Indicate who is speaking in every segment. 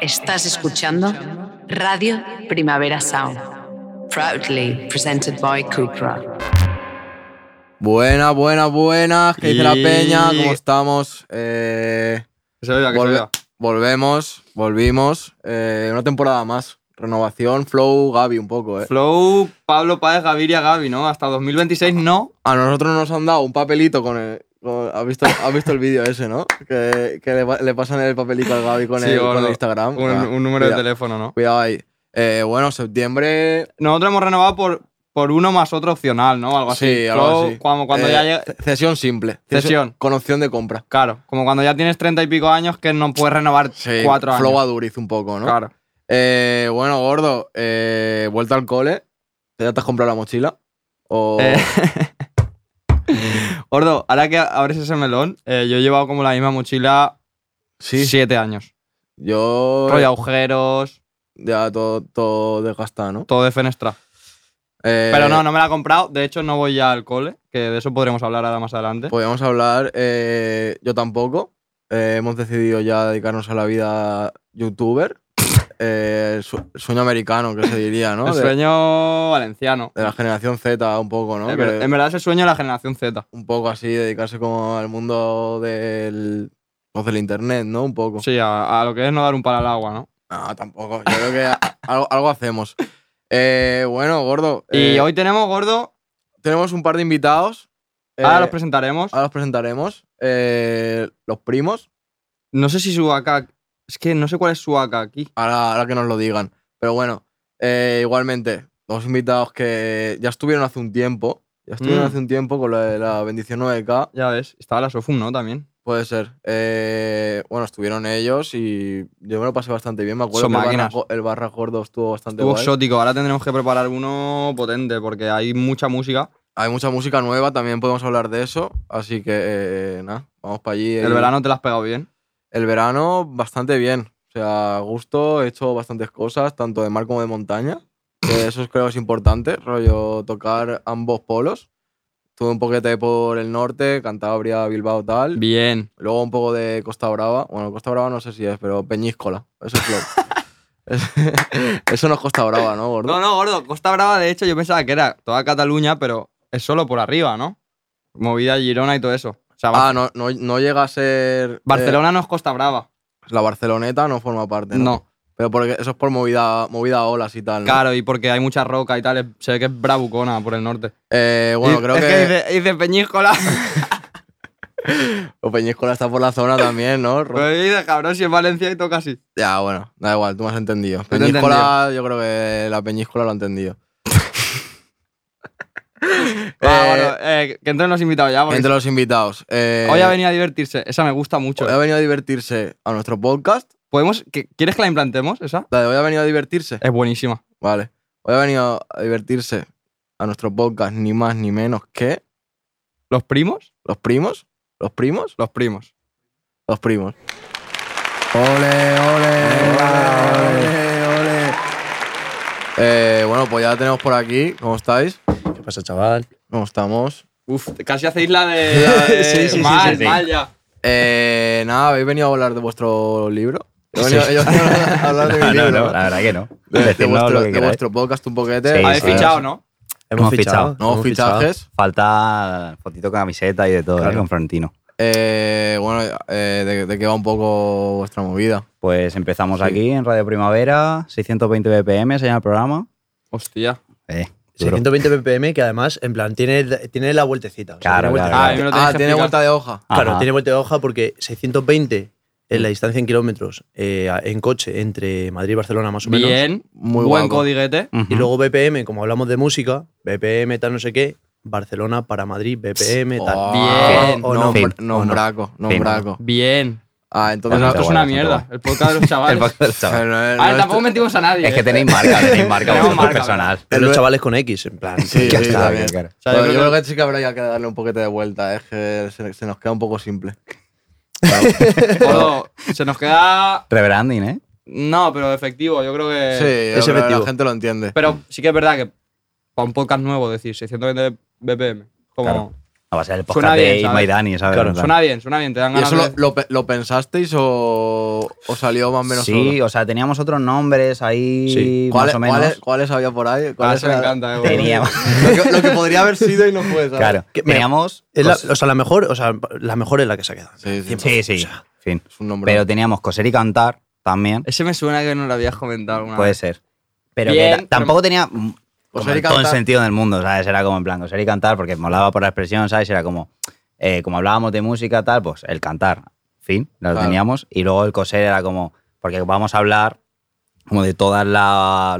Speaker 1: Estás escuchando Radio Primavera Sound. Proudly presented by Kukra.
Speaker 2: Buenas, buenas, buenas. ¿Qué dice la
Speaker 3: Y-
Speaker 2: peña? ¿Cómo estamos? Eh,
Speaker 3: Que se oiga, que se
Speaker 2: volve-
Speaker 3: oiga.
Speaker 2: volvemos, volvimos. eh, una temporada más. Renovación, Flow, Gaby, un poco, eh.
Speaker 3: Flow, Pablo Páez, Gaviria, Gaby, ¿no? Hasta 2026 no.
Speaker 2: A nosotros nos han dado un papelito con el. con- ¿Has visto, has visto el vídeo ese, no? Que, que le, pa- le pasan el papelito al Gaby con,
Speaker 3: Sí,
Speaker 2: el,
Speaker 3: gordo.
Speaker 2: con el Instagram.
Speaker 3: Un,
Speaker 2: Ah,
Speaker 3: un número de
Speaker 2: cuida-
Speaker 3: teléfono, ¿no?
Speaker 2: Cuidado ahí. Eh, bueno, septiembre.
Speaker 3: Nosotros hemos renovado por, por uno más otro opcional, ¿no? Algo así.
Speaker 2: Sí, algo
Speaker 3: Flow,
Speaker 2: así.
Speaker 3: Cuando, cuando
Speaker 2: Eh,
Speaker 3: ya llega.
Speaker 2: Cesión simple.
Speaker 3: Cesión.
Speaker 2: Con opción de compra.
Speaker 3: Claro, como cuando ya tienes treinta y pico años que no puedes renovar
Speaker 2: Sí,
Speaker 3: cuatro años.
Speaker 2: Flow a Duriz un poco, ¿no?
Speaker 3: Claro.
Speaker 2: Eh, bueno, gordo, eh, vuelta al cole. ¿Ya te has comprado la mochila? O...
Speaker 3: Eh, Gordo, ahora que abres ese melón, eh, yo he llevado como la misma mochila
Speaker 2: sí,
Speaker 3: siete años.
Speaker 2: Yo.
Speaker 3: Rollo agujeros,
Speaker 2: Ya todo, todo desgastado, ¿no?
Speaker 3: todo de fenestra.
Speaker 2: Eh,
Speaker 3: Pero no, no me la he comprado. De hecho, no voy ya al cole, que de eso podremos hablar ahora más adelante.
Speaker 2: Podríamos hablar, eh, yo tampoco. Eh, hemos decidido ya dedicarnos a la vida youtuber. Eh, el su- sueño americano, que se diría, ¿no?
Speaker 3: el
Speaker 2: De,
Speaker 3: sueño valenciano.
Speaker 2: de la generación Z, un poco, ¿no?
Speaker 3: en,
Speaker 2: Que-
Speaker 3: ver- en verdad es el sueño de la generación Z.
Speaker 2: un poco así, dedicarse como al mundo del, pues, del internet, ¿no? Un poco.
Speaker 3: Sí, a, a lo que es no dar un palo al agua, ¿no?
Speaker 2: No, tampoco. Yo creo que a- algo, algo hacemos. Eh, bueno, gordo.
Speaker 3: Y
Speaker 2: eh,
Speaker 3: hoy tenemos, gordo,
Speaker 2: tenemos un par de invitados. eh,
Speaker 3: ahora Ah, los presentaremos.
Speaker 2: ahora los presentaremos. Eh, los primos.
Speaker 3: No sé si su AK... Es que no sé cuál es su AK aquí.
Speaker 2: Ahora, ahora que nos lo digan. Pero bueno, eh, igualmente, dos invitados que ya estuvieron hace un tiempo. Ya estuvieron
Speaker 3: Mm.
Speaker 2: hace un tiempo con la, la bendición 9K.
Speaker 3: Ya ves, estaba la Sofum, ¿no? También.
Speaker 2: Puede ser. Eh, bueno, estuvieron ellos y yo me lo pasé bastante bien. Me acuerdo
Speaker 3: Son
Speaker 2: que el barra,
Speaker 3: máquinas.
Speaker 2: go- el barra gordo estuvo bastante
Speaker 3: Estuvo
Speaker 2: guay.
Speaker 3: exótico. Ahora tendremos que preparar uno potente porque hay mucha música.
Speaker 2: Hay mucha música nueva, también podemos hablar de eso. Así que, eh, nada, vamos para allí.
Speaker 3: El verano te la has pegado bien.
Speaker 2: El verano, bastante bien. O sea, a gusto, he hecho bastantes cosas, tanto de mar como de montaña. que eso es, creo que es importante, rollo tocar ambos polos. Tuve un poquete por el norte, Cantabria, Bilbao, tal.
Speaker 3: Bien.
Speaker 2: Luego un poco de Costa Brava. Bueno, Costa Brava no sé si es, pero Peñíscola. Eso es flow. eso no es Costa Brava, ¿no, gordo?
Speaker 3: No, no, gordo. Costa Brava, de hecho, yo pensaba que era toda Cataluña, pero es solo por arriba, ¿no? Movida Girona y todo eso. O sea, Bar-
Speaker 2: Ah, no, no, no llega a ser. eh,
Speaker 3: Barcelona no es Costa Brava.
Speaker 2: la Barceloneta no forma parte, ¿no?
Speaker 3: No.
Speaker 2: Pero porque eso es por movida, movida a olas y tal. ¿no?
Speaker 3: Claro, y porque hay mucha roca y tal, es- se ve que es bravucona por el norte.
Speaker 2: Eh, bueno,
Speaker 3: Y-
Speaker 2: creo
Speaker 3: es
Speaker 2: que,
Speaker 3: dice, dice Peñíscola.
Speaker 2: o Peñíscola está por la zona también, ¿no? Ro-
Speaker 3: Pero pues dice, cabrón, si es Valencia y toca así.
Speaker 2: ya, bueno, da igual, tú me has entendido.
Speaker 3: te he entendido.
Speaker 2: Peñíscola, yo creo que la Peñíscola lo ha entendido.
Speaker 3: Ah,
Speaker 2: Eh,
Speaker 3: bueno, eh, que entren los invitados ya. porque
Speaker 2: entre los invitados. eh,
Speaker 3: Hoy ha venido a divertirse, esa me gusta mucho.
Speaker 2: hoy ha venido a divertirse a nuestro podcast.
Speaker 3: ¿Podemos, que- ¿Quieres que la implantemos, esa?
Speaker 2: La de hoy ha venido a divertirse.
Speaker 3: Es buenísima.
Speaker 2: Vale. Hoy ha venido a divertirse a nuestro podcast ni más ni menos que
Speaker 3: ¿Los primos?
Speaker 2: los primos. ¿Los primos?
Speaker 3: Los primos.
Speaker 2: Los primos. ¡Ole, ole! ¡Ole, ole! Eh, bueno, pues ya tenemos por aquí. ¿Cómo estáis?
Speaker 4: ¿Qué pasa, chaval?
Speaker 2: ¿Cómo estamos?
Speaker 3: Uf, casi hacéis la de... la de-
Speaker 4: Sí, sí, sí,
Speaker 3: mal,
Speaker 4: sí, sí.
Speaker 3: mal ya.
Speaker 2: Eh, nada, habéis venido a hablar de vuestro libro. Yo he venido,
Speaker 4: Sí.
Speaker 2: yo he venido a hablar de mi
Speaker 4: No, no,
Speaker 2: libro.
Speaker 4: no,
Speaker 2: ¿no?
Speaker 4: la verdad que no.
Speaker 2: De, de
Speaker 4: Decidnos
Speaker 2: vuestro,
Speaker 4: lo que
Speaker 2: de
Speaker 4: queráis.
Speaker 2: vuestro podcast un poquete.
Speaker 4: Sí,
Speaker 3: Habéis
Speaker 4: sí.
Speaker 3: fichado, ¿no?
Speaker 4: Hemos fichado.
Speaker 2: Nuevos
Speaker 4: hemos fichado.
Speaker 2: fichajes.
Speaker 4: Falta fotito con camiseta y de todo, ¿eh?
Speaker 2: Claro.
Speaker 4: con Florentino.
Speaker 2: Eh, bueno, eh, de, de qué va un poco vuestra movida?
Speaker 4: Pues empezamos
Speaker 2: Sí.
Speaker 4: aquí en Radio Primavera, 620 BPM se llama el programa.
Speaker 3: Hostia.
Speaker 4: Eh, duro.
Speaker 5: 620 ppm que además, en plan, tiene, tiene la vueltecita. o sea,
Speaker 4: Claro,
Speaker 5: tiene vuelta-
Speaker 4: claro.
Speaker 3: Ah, y me lo tenéis
Speaker 2: Ah,
Speaker 3: que
Speaker 2: tiene
Speaker 3: explicar.
Speaker 2: vuelta de hoja.
Speaker 4: Ajá. Mm.
Speaker 5: Claro, tiene vuelta de hoja porque 620 es la distancia en kilómetros eh, a- en coche entre Madrid y Barcelona más o menos.
Speaker 3: Bien,
Speaker 2: Muy
Speaker 3: buen
Speaker 2: guapo.
Speaker 3: codiguete.
Speaker 4: Ujú.
Speaker 5: Y luego BPM, como hablamos de música, BPM tal no sé qué, Barcelona para Madrid, BPM tal.
Speaker 2: Oh,
Speaker 3: Bien.
Speaker 5: O no.
Speaker 2: nombr-
Speaker 4: Fin.
Speaker 2: nombraco, nombraco.
Speaker 3: Bien. Pues
Speaker 2: Ah, entonces.
Speaker 4: Bueno,
Speaker 3: esto es
Speaker 4: guay,
Speaker 3: una
Speaker 4: bastante
Speaker 3: mierda.
Speaker 4: guay.
Speaker 3: El podcast de los
Speaker 4: El
Speaker 3: chavales.
Speaker 4: podcast del chaval.
Speaker 2: Pero, eh,
Speaker 3: A ver,
Speaker 2: no
Speaker 3: Ah, tampoco
Speaker 2: es-
Speaker 3: mentimos a nadie.
Speaker 4: Es que
Speaker 3: eh.
Speaker 4: tenéis marca, tenéis marca
Speaker 3: Tenemos
Speaker 4: vosotros
Speaker 3: marca,
Speaker 4: personal.
Speaker 5: Es los chavales con X, en plan.
Speaker 2: Sí,
Speaker 4: Ya
Speaker 2: sí,
Speaker 4: está,
Speaker 2: está bien.
Speaker 4: claro.
Speaker 3: O sea, yo
Speaker 2: Bueno,
Speaker 3: creo
Speaker 2: yo
Speaker 3: que-
Speaker 2: creo que este sí que habría que darle un poquete de vuelta, es que se, se nos queda un poco simple.
Speaker 3: Gordo, se nos queda.
Speaker 4: Rebranding, ¿eh?
Speaker 3: No, pero efectivo, yo creo que.
Speaker 2: Sí, yo creo
Speaker 5: es
Speaker 2: que la
Speaker 5: efectivo.
Speaker 2: gente lo entiende.
Speaker 3: Pero sí que es verdad que para un podcast nuevo decir 620 BPM. Como.
Speaker 4: Claro. No va a ser el
Speaker 3: Suena
Speaker 4: podcast
Speaker 3: bien,
Speaker 4: de
Speaker 3: ¿sabes?
Speaker 4: Isma y Dani, ¿sabes?
Speaker 5: Claro,
Speaker 4: En plan-
Speaker 3: Suena bien, suena bien, te dan
Speaker 2: ¿Y
Speaker 3: ganas
Speaker 2: eso lo,
Speaker 3: de-
Speaker 2: lo pe- lo pensasteis o, o salió más o menos
Speaker 4: Sí,
Speaker 2: solo?
Speaker 4: o sea, teníamos otros nombres ahí,
Speaker 5: Sí.
Speaker 4: más
Speaker 2: ¿Cuáles,
Speaker 4: o menos.
Speaker 2: cuáles- cuáles había por ahí?
Speaker 3: Ah,
Speaker 2: ¿Cuáles
Speaker 3: eso me
Speaker 2: eran?
Speaker 3: encanta, eh, boludo.
Speaker 4: Teníamos,
Speaker 2: Lo que, lo que podría haber sido y no fue, ¿sabes?
Speaker 4: claro,
Speaker 5: Que me-
Speaker 4: teníamos...
Speaker 5: Es la-
Speaker 4: cos-
Speaker 5: o sea, la mejor, o sea, la mejor es la que se ha quedado.
Speaker 2: Pues- Sí, sí.
Speaker 4: sí, sí,
Speaker 5: o sea,
Speaker 4: fin.
Speaker 2: Es un nombre.
Speaker 4: Pero teníamos coser y cantar también,
Speaker 3: Ese me suena que no lo habías comentado alguna
Speaker 4: puede
Speaker 3: vez.
Speaker 4: ser. Pero
Speaker 3: Bien,
Speaker 4: que ta-
Speaker 3: pero-
Speaker 4: tampoco tenía mm, como
Speaker 2: Coser y
Speaker 4: todo el
Speaker 2: cantar.
Speaker 4: sentido del mundo, ¿sabes? Era como en plan coser y cantar porque molaba por la expresión, ¿sabes? Era como, eh, como hablábamos de música, tal, pues el cantar, fin, lo
Speaker 2: Claro.
Speaker 4: teníamos. Y luego el coser era como, porque vamos a hablar como de todos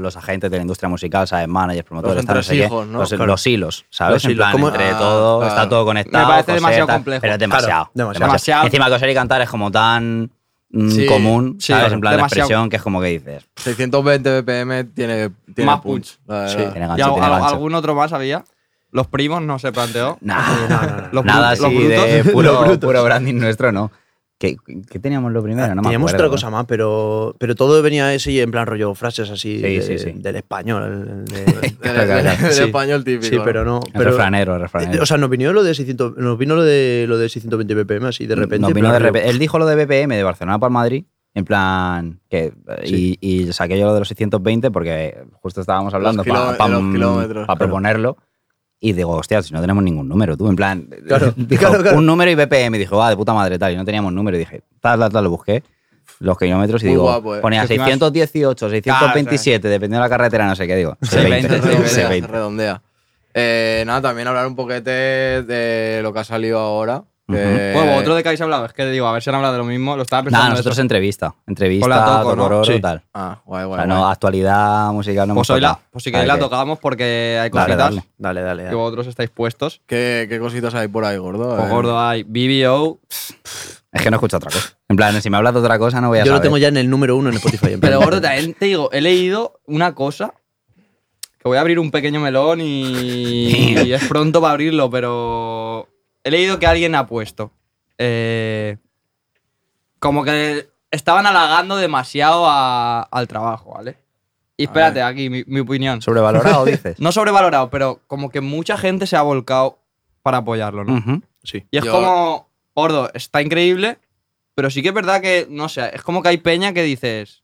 Speaker 4: los agentes de la industria musical, ¿sabes? Managers, promotores, tal, no sé qué.
Speaker 2: entresijos, ¿no?
Speaker 4: Los,
Speaker 5: Claro.
Speaker 4: los hilos, ¿sabes?
Speaker 5: Los
Speaker 4: en
Speaker 5: hilos,
Speaker 4: plan,
Speaker 5: ¿cómo?
Speaker 4: entre
Speaker 2: Ah,
Speaker 4: todo,
Speaker 2: claro.
Speaker 4: está todo conectado.
Speaker 3: Me parece
Speaker 4: coser,
Speaker 3: demasiado
Speaker 4: tal,
Speaker 3: complejo.
Speaker 4: Pero es demasiado.
Speaker 5: Claro, demasiado.
Speaker 3: Demasiado.
Speaker 4: Encima coser y cantar es como tan mm,
Speaker 2: Sí,
Speaker 4: común,
Speaker 3: sí,
Speaker 4: ¿sabes?
Speaker 3: claro.
Speaker 4: En plan, la
Speaker 3: Demasiado.
Speaker 4: expresión que es como que dices,
Speaker 2: 620 BPM tiene, tiene
Speaker 3: Más
Speaker 2: punch. la verdad.
Speaker 5: Sí.
Speaker 4: tiene
Speaker 3: ¿Y
Speaker 4: gancho,
Speaker 3: al-
Speaker 4: tiene
Speaker 3: al-
Speaker 4: gancho.
Speaker 3: algún otro más había? Los primos no se planteó.
Speaker 4: Nah.
Speaker 5: No, no, no.
Speaker 3: Los
Speaker 4: Nada
Speaker 3: bru- los
Speaker 4: así
Speaker 3: brutos.
Speaker 4: de
Speaker 5: Los
Speaker 4: puro,
Speaker 5: brutos. Ah,
Speaker 4: puro branding nuestro, no. ¿Qué, qué teníamos lo primero? No me
Speaker 5: Teníamos
Speaker 4: acuerdo.
Speaker 5: otra cosa más, pero, pero todo venía ese en plan rollo frases así
Speaker 4: Sí,
Speaker 5: de-
Speaker 4: sí, sí.
Speaker 5: del español. de-
Speaker 2: El,
Speaker 4: Claro, claro, claro.
Speaker 2: el
Speaker 5: Sí.
Speaker 2: español típico.
Speaker 5: sí, pero no.
Speaker 4: El
Speaker 5: Pero,
Speaker 4: refranero, el
Speaker 5: eh,
Speaker 4: refranero.
Speaker 5: o sea, nos vino lo de 600, nos vino lo de lo de 620 ppm así de repente.
Speaker 4: Nos vino
Speaker 5: pero
Speaker 4: de
Speaker 5: rollo,
Speaker 4: repe- Él dijo lo de BPM de Barcelona para Madrid, en plan. que
Speaker 5: Sí.
Speaker 4: y, y saqué yo lo de los 620 porque justo estábamos hablando
Speaker 2: kiló-
Speaker 4: para
Speaker 2: los kilómetros, claro.
Speaker 4: proponerlo. Y digo, hostia, si no tenemos ningún número, tú, en plan.
Speaker 5: Claro,
Speaker 4: dijo,
Speaker 5: claro, claro.
Speaker 4: Un número y BPM. Y dijo, ah, de puta madre, tal. Y no teníamos número. Y dije, tal, tal, tal, lo busqué. Los kilómetros y
Speaker 2: Muy
Speaker 4: digo,
Speaker 2: guapo, eh.
Speaker 4: ponía
Speaker 3: Que encima-
Speaker 4: 618, 627, dependiendo de la carretera, no sé qué digo.
Speaker 3: Sí, 20,
Speaker 2: Se
Speaker 4: 620,
Speaker 2: redondea,
Speaker 3: 20,
Speaker 4: 620.
Speaker 2: se redondea. Eh, nada, también hablar un poquete de lo que ha salido ahora.
Speaker 4: Ujú.
Speaker 2: que-
Speaker 3: Bueno, otro de que habéis hablado, es que digo, a ver si han hablado de lo mismo, lo estaba pensando.
Speaker 4: Nada,
Speaker 3: en
Speaker 4: nosotros
Speaker 3: eso.
Speaker 4: entrevista. Entrevista,
Speaker 3: Hola, Toco, ¿no?
Speaker 4: Tocororo,
Speaker 5: Sí.
Speaker 4: tal.
Speaker 2: Ah, guay,
Speaker 4: O
Speaker 2: guay.
Speaker 4: sea,
Speaker 2: guay.
Speaker 4: no, actualidad musical no
Speaker 3: Pues,
Speaker 4: hemos
Speaker 3: hoy la,
Speaker 4: tocado.
Speaker 3: pues si queréis la
Speaker 4: Ah, que-
Speaker 3: tocamos porque hay
Speaker 4: Dale,
Speaker 3: cositas
Speaker 4: dale.
Speaker 5: Dale, dale.
Speaker 3: que
Speaker 5: dale.
Speaker 3: vosotros estáis puestos.
Speaker 2: ¿Qué, qué cositas hay por ahí, gordo?
Speaker 3: Pues
Speaker 2: Eh,
Speaker 3: gordo hay BBO,
Speaker 4: Es que no escucho otra cosa. En plan, si me hablas de otra cosa no voy a
Speaker 5: Yo lo
Speaker 4: saber.
Speaker 5: tengo ya en el número uno en Spotify. en plan.
Speaker 3: Pero gordo, eh. también te digo, he leído una cosa que voy a abrir un pequeño melón y, y es pronto para abrirlo, pero he leído que alguien ha puesto. eh, como que estaban halagando demasiado a- al trabajo, ¿vale? Y espérate, aquí mi, mi opinión.
Speaker 4: ¿Sobrevalorado dices?
Speaker 3: No sobrevalorado, pero como que mucha gente se ha volcado para apoyarlo, ¿no?
Speaker 4: Ujú.
Speaker 5: Sí.
Speaker 3: Y es
Speaker 2: Yo-
Speaker 3: como, gordo, está increíble, pero sí que es verdad que, no sé, es como que hay peña que dices,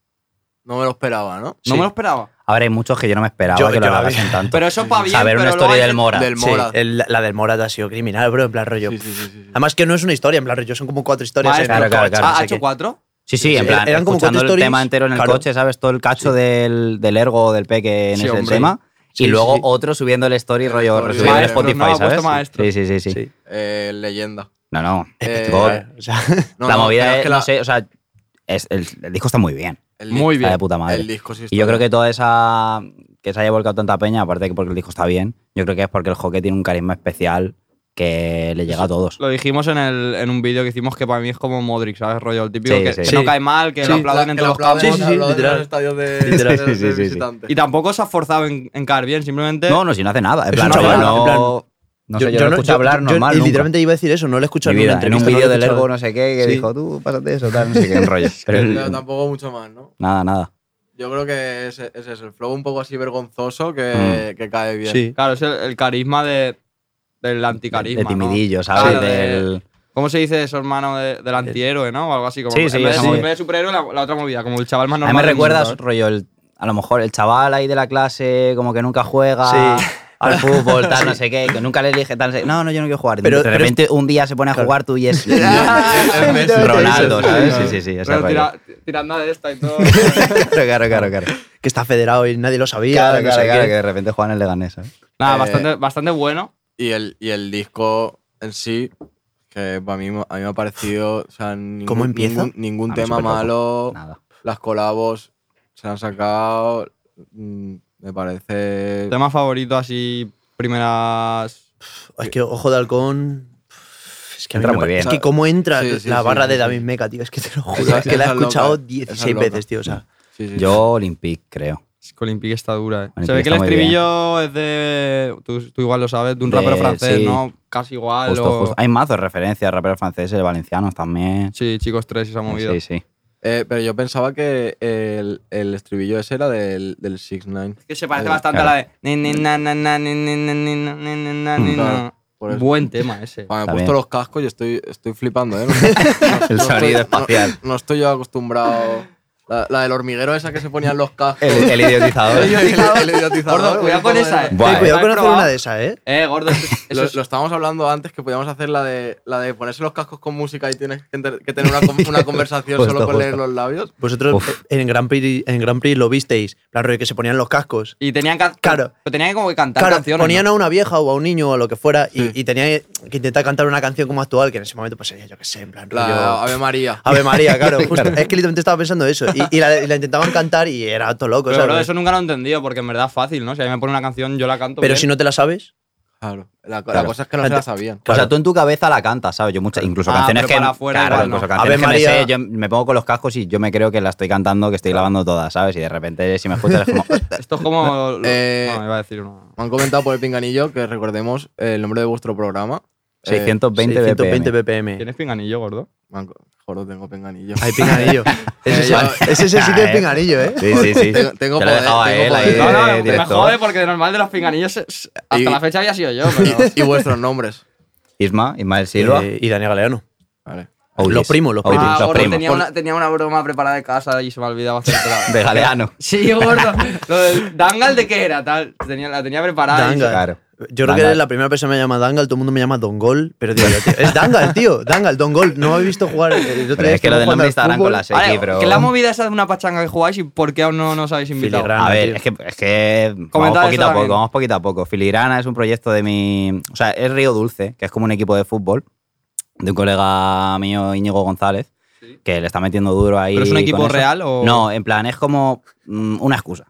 Speaker 2: No me lo esperaba, ¿no?
Speaker 3: no
Speaker 5: Sí.
Speaker 3: me lo esperaba.
Speaker 4: Ahora hay muchos que yo no me esperaba
Speaker 5: Yo-
Speaker 4: que
Speaker 5: yo-
Speaker 4: lo halagasen tanto.
Speaker 3: Pero eso para bien,
Speaker 4: Saber
Speaker 3: pero
Speaker 4: una
Speaker 3: luego
Speaker 4: historia
Speaker 3: hay
Speaker 4: del
Speaker 3: gente-
Speaker 4: Mora.
Speaker 2: Del
Speaker 5: Sí,
Speaker 2: Mora.
Speaker 5: el- la del Mora ha sido criminal, bro. En plan rollo.
Speaker 2: Sí, sí, sí, sí, sí.
Speaker 5: Además que no es una historia, en plan rollo. Son como cuatro historias.
Speaker 3: Vale,
Speaker 5: en
Speaker 4: claro,
Speaker 5: un
Speaker 4: claro,
Speaker 5: coche,
Speaker 4: claro.
Speaker 5: no
Speaker 3: Ah,
Speaker 5: sé
Speaker 3: ha hecho
Speaker 5: qué.
Speaker 3: cuatro.
Speaker 4: Sí, sí, en
Speaker 5: Sí,
Speaker 4: plan,
Speaker 5: eran como cuatro
Speaker 4: escuchando el
Speaker 5: stories,
Speaker 4: tema entero en el
Speaker 5: claro.
Speaker 4: coche, ¿sabes? Todo el cacho del, del ergo o del peque en
Speaker 3: Sí,
Speaker 4: ese
Speaker 3: hombre.
Speaker 4: tema.
Speaker 5: Sí,
Speaker 4: y luego
Speaker 5: sí.
Speaker 4: otro subiendo el story, rollo,
Speaker 2: story.
Speaker 4: subiendo el
Speaker 2: Maestro,
Speaker 4: Spotify,
Speaker 3: no, ha puesto
Speaker 4: ¿sabes?
Speaker 3: maestro.
Speaker 4: Sí, sí, sí, sí,
Speaker 5: Sí.
Speaker 2: Eh, leyenda.
Speaker 4: No, no.
Speaker 2: Eh,
Speaker 4: God.
Speaker 2: eh,
Speaker 5: O sea,
Speaker 2: no,
Speaker 4: la
Speaker 2: no, pero
Speaker 4: movida es,
Speaker 2: que
Speaker 4: no
Speaker 2: la-
Speaker 4: sé, o sea, es- el, el disco está muy bien.
Speaker 2: el disco-
Speaker 3: Muy
Speaker 4: Está
Speaker 3: bien.
Speaker 4: de puta madre.
Speaker 2: El disco sí
Speaker 4: Y yo
Speaker 2: está
Speaker 4: creo que
Speaker 2: bien.
Speaker 4: toda esa. que se haya volcado tanta peña, aparte de que porque el disco está bien, yo creo que es porque el hockey tiene un carisma especial que le llega a todos.
Speaker 3: Lo dijimos en, el, en un vídeo que hicimos que para mí es como Modric, ¿sabes? Rollo, el típico
Speaker 4: Sí,
Speaker 3: que,
Speaker 4: sí.
Speaker 3: que no
Speaker 5: Sí.
Speaker 3: cae mal, que
Speaker 2: Sí,
Speaker 3: lo
Speaker 2: la-
Speaker 3: aplauden
Speaker 2: que
Speaker 3: entre
Speaker 2: lo
Speaker 3: los campos.
Speaker 2: aplauden,
Speaker 5: Sí, sí,
Speaker 2: lo aplauden en
Speaker 5: literal.
Speaker 2: los estadios de,
Speaker 5: Literal.
Speaker 2: de- de
Speaker 4: Sí, sí, sí, sí.
Speaker 2: visitantes.
Speaker 3: Y tampoco se ha forzado en, en caer bien, simplemente.
Speaker 4: No, no, si no hace nada. En
Speaker 5: Es
Speaker 4: plan,
Speaker 5: un
Speaker 4: no,
Speaker 5: chaval,
Speaker 4: no,
Speaker 5: en plan,
Speaker 4: no sé, yo, lo escucho
Speaker 5: yo-
Speaker 4: hablar
Speaker 5: yo-
Speaker 4: normal.
Speaker 5: Y
Speaker 4: nunca.
Speaker 5: literalmente iba a decir eso, no lo he escuchado
Speaker 4: Mi
Speaker 5: en
Speaker 4: vida,
Speaker 5: una
Speaker 4: en
Speaker 5: entrevista.
Speaker 4: un
Speaker 5: no lo
Speaker 4: vídeo
Speaker 5: he
Speaker 4: del
Speaker 5: escuchado.
Speaker 4: Ergo, no sé qué, que
Speaker 5: Sí.
Speaker 4: dijo, tú, pásate eso, tal, no sé qué, un rollo. Pero el-
Speaker 2: Pero tampoco mucho más, ¿no?
Speaker 4: nada, nada.
Speaker 2: Yo creo que ese, ese es el flow un poco así vergonzoso que,
Speaker 4: Mm.
Speaker 2: que cae bien.
Speaker 5: Sí.
Speaker 3: Claro, es el, el carisma de, del anticarisma.
Speaker 4: De
Speaker 3: ¿no?
Speaker 4: timidillo, ¿sabes?
Speaker 3: Claro, de-
Speaker 4: Del-
Speaker 3: ¿Cómo se dice eso, hermano? de- del antihéroe, ¿no? O algo así. Como
Speaker 4: Sí,
Speaker 3: en
Speaker 4: sí,
Speaker 3: vez de-
Speaker 4: esa
Speaker 3: en vez de superhéroe, la, la otra movida, como el chaval más
Speaker 4: A
Speaker 3: normal.
Speaker 4: mí me
Speaker 3: del mundo,
Speaker 4: recuerdas,
Speaker 3: ¿sabes?
Speaker 4: rollo, el- a lo mejor el chaval ahí de la clase, como que nunca juega
Speaker 5: Sí.
Speaker 4: al fútbol, tal, no sé qué, que nunca le elige tal, no sé- no, no, yo no quiero jugar.
Speaker 5: Pero-
Speaker 4: de
Speaker 5: pero-
Speaker 4: repente un día se pone a jugar tú y es
Speaker 2: Es Messi.
Speaker 4: Ronaldo,
Speaker 2: Sí,
Speaker 4: ¿sabes?
Speaker 2: sí, sí.
Speaker 4: Sí, sí, sí, ese
Speaker 3: Pero
Speaker 4: rollo.
Speaker 3: tira- tirando de esta y todo.
Speaker 4: Claro, claro, claro.
Speaker 5: Que está federado y nadie lo sabía.
Speaker 4: Claro,
Speaker 5: no sé
Speaker 4: claro, claro,
Speaker 5: qué.
Speaker 4: que de repente juegan el Leganés. ¿sabes?
Speaker 3: Nada,
Speaker 2: Eh,
Speaker 3: bastante, bastante bueno.
Speaker 2: Y, el, y el disco en sí, que para mí, a mí me ha parecido. O sea, ningún,
Speaker 5: ¿Cómo empieza?
Speaker 2: Ningún, ningún
Speaker 4: A mí
Speaker 2: tema
Speaker 4: superloco.
Speaker 2: malo.
Speaker 4: Nada.
Speaker 2: Las colabos se han sacado. mm, Me parece.
Speaker 3: Eh, Tema favorito, así, primeras.
Speaker 5: Es que Ojo de Halcón. Es que a mí
Speaker 4: Entra
Speaker 5: me
Speaker 4: muy
Speaker 5: parece-
Speaker 4: bien.
Speaker 5: Es que cómo entra
Speaker 2: Sí, sí,
Speaker 5: la
Speaker 2: sí,
Speaker 5: barra
Speaker 2: sí,
Speaker 5: de
Speaker 2: sí.
Speaker 5: David Meca, tío. Es que te lo juro.
Speaker 2: Esa-
Speaker 5: es que la he
Speaker 2: esa es
Speaker 5: escuchado
Speaker 2: loca, esa es
Speaker 5: 16
Speaker 2: loca.
Speaker 5: veces, tío. O sea,
Speaker 2: Sí, sí, sí.
Speaker 4: Yo Olympic, creo.
Speaker 3: Es que Olympique está dura, eh. Se
Speaker 4: Olympique
Speaker 3: ve que el
Speaker 4: está muy
Speaker 3: estribillo es de. Tú, tú igual lo sabes, de un
Speaker 4: De-
Speaker 3: rapero francés,
Speaker 4: sí.
Speaker 3: ¿no? Casi igual.
Speaker 4: Justo,
Speaker 3: o-
Speaker 4: justo. Hay mazos de referencias, raperos franceses, valencianos también.
Speaker 3: Sí, chicos tres, esa movida.
Speaker 4: Sí, sí.
Speaker 2: Eh, pero yo pensaba que el, el estribillo ese era del, del Six Nine.
Speaker 3: Es que se parece
Speaker 2: Eh,
Speaker 3: bastante
Speaker 4: claro.
Speaker 3: a la de. ni, ni, na, na, na, ni, ni, na, ni, na, ni, ni, na, ni,
Speaker 2: Claro.
Speaker 3: na.
Speaker 2: Por eso.
Speaker 3: Buen tema ese.
Speaker 2: Ah, me he
Speaker 4: Está
Speaker 2: puesto
Speaker 4: bien.
Speaker 2: los cascos y estoy, estoy flipando, ¿eh? No- no-
Speaker 4: El
Speaker 2: no
Speaker 4: sonido
Speaker 2: estoy-
Speaker 4: espacial.
Speaker 2: No, no estoy yo acostumbrado. La, la del hormiguero esa que se ponían los cascos.
Speaker 4: El, el idiotizador.
Speaker 2: El idiotizador. El idiotizador.
Speaker 3: Gordo, cuidado con esa, eh.
Speaker 4: Buah,
Speaker 5: Ten
Speaker 4: eh.
Speaker 5: cuidado con hacer
Speaker 3: probado?
Speaker 5: una de esas, ¿eh?
Speaker 3: Eh, gordo, eso- eso
Speaker 2: Lo,
Speaker 3: es-
Speaker 2: lo estábamos hablando antes que podíamos hacer la de, la de ponerse los cascos con música y tienes que, enter- que tener una, con- una conversación
Speaker 4: Justo,
Speaker 2: solo con
Speaker 4: justo.
Speaker 2: leer los labios.
Speaker 5: Vosotros
Speaker 4: Uf.
Speaker 5: en Grand Prix, en Grand Prix lo visteis, la rollo que se ponían los cascos.
Speaker 3: Y tenían que,
Speaker 5: Claro.
Speaker 3: pero tenían que como que cantar
Speaker 5: Claro,
Speaker 3: canciones.
Speaker 5: ponían
Speaker 3: ¿no?
Speaker 5: a una vieja o a un niño o lo que fuera y-
Speaker 2: Sí.
Speaker 5: y, tenía que intentar cantar una canción como actual, que en ese momento pues sería, yo qué sé, en plan
Speaker 2: La
Speaker 5: rollo-
Speaker 2: Ave María.
Speaker 5: Ave María, claro. justo. Es que literalmente estaba pensando eso. Y, y la, y la intentaban cantar y era todo loco,
Speaker 3: Pero,
Speaker 5: ¿sabes?
Speaker 3: bro, eso nunca lo he entendido, porque en verdad es fácil, ¿no? Si a mí me pone una canción, yo la canto.
Speaker 5: Pero
Speaker 3: bien.
Speaker 5: si no te la sabes,
Speaker 2: Claro. La, la
Speaker 4: Claro.
Speaker 2: cosa es que no se la sabían.
Speaker 4: O sea,
Speaker 5: Claro.
Speaker 4: tú en tu cabeza la cantas, ¿sabes? Yo muchas, incluso
Speaker 3: Ah,
Speaker 4: canciones
Speaker 3: pero
Speaker 4: que.
Speaker 3: para afuera
Speaker 4: claro,
Speaker 3: igual no.
Speaker 4: incluso canciones
Speaker 5: Ave
Speaker 4: que me
Speaker 5: María.
Speaker 4: sé, yo me pongo con los cascos y yo me creo que la estoy cantando, que estoy grabando toda, ¿sabes? Y de repente, si me escuchas, es como.
Speaker 3: Esto es como. lo-
Speaker 2: Eh,
Speaker 3: no, iba a decir uno.
Speaker 2: Me han comentado por el pinganillo que recordemos el nombre de vuestro programa. Eh,
Speaker 4: 620
Speaker 5: 620
Speaker 4: BPM.
Speaker 5: BPM.
Speaker 3: ¿Tienes pinganillo, gordo?
Speaker 2: me han co- Joder, tengo pinganillo.
Speaker 5: Hay pinganillo. ese, es,
Speaker 2: Eh,
Speaker 5: ese es el sitio de
Speaker 4: Ah, eh.
Speaker 5: pinganillo, ¿eh?
Speaker 4: Sí, sí, sí.
Speaker 2: Tengo- tengo
Speaker 4: Yo le he
Speaker 2: poder,
Speaker 4: dejado a
Speaker 2: tengo
Speaker 4: él ahí
Speaker 2: poder. Eh,
Speaker 3: no, no,
Speaker 4: de
Speaker 3: me
Speaker 4: director.
Speaker 3: jode porque de normal de los pinganillos es- es- hasta
Speaker 2: Y-
Speaker 3: la fecha había sido yo, pero.
Speaker 2: y vuestros nombres.
Speaker 4: Isma, Ismael Silva.
Speaker 5: Eh, y Daniel Galeano.
Speaker 2: Vale.
Speaker 4: Otis.
Speaker 5: los primos, los
Speaker 4: Otis,
Speaker 5: primos.
Speaker 3: Ah,
Speaker 4: los
Speaker 3: gordo,
Speaker 4: primos.
Speaker 3: tenía una, tenía una broma preparada de casa y se me olvidaba hacerla.
Speaker 4: De Galeano.
Speaker 3: Sí, gordo. Lo del dangal de qué era, tal. Tenía, la tenía preparada. y-
Speaker 5: Dangal.
Speaker 4: Claro.
Speaker 5: Yo creo que
Speaker 4: Dangal.
Speaker 5: eres la primera persona que me llama Dangal, todo el mundo me llama Dongol, pero digo yo, tío, es Dangal, tío, Dangal, Dongol, no me he visto jugar. eh, el otro día
Speaker 4: Pero es que
Speaker 5: estaba
Speaker 4: lo del
Speaker 5: jugando
Speaker 4: nombre
Speaker 5: al
Speaker 4: estarán
Speaker 5: fútbol.
Speaker 4: con las X,
Speaker 3: Vale,
Speaker 4: pero.
Speaker 3: ¿Qué es la movida esa de una pachanga que jugáis y por qué aún no nos habéis invitado?
Speaker 5: Filigrana.
Speaker 4: A ver,
Speaker 5: tío.
Speaker 4: es que, es que vamos
Speaker 3: Comentad
Speaker 4: poquito
Speaker 3: eso
Speaker 4: a poco,
Speaker 3: también.
Speaker 4: vamos poquito a poco. Filigrana es un proyecto de mi. O sea, es Río Dulce, que es como un equipo de fútbol de un colega mío, Íñigo González,
Speaker 3: Sí.
Speaker 4: que le está metiendo duro ahí.
Speaker 3: ¿Pero es un
Speaker 4: con
Speaker 3: equipo
Speaker 4: eso.
Speaker 3: real o.?
Speaker 4: No, eh, en plan, es como mm, una excusa.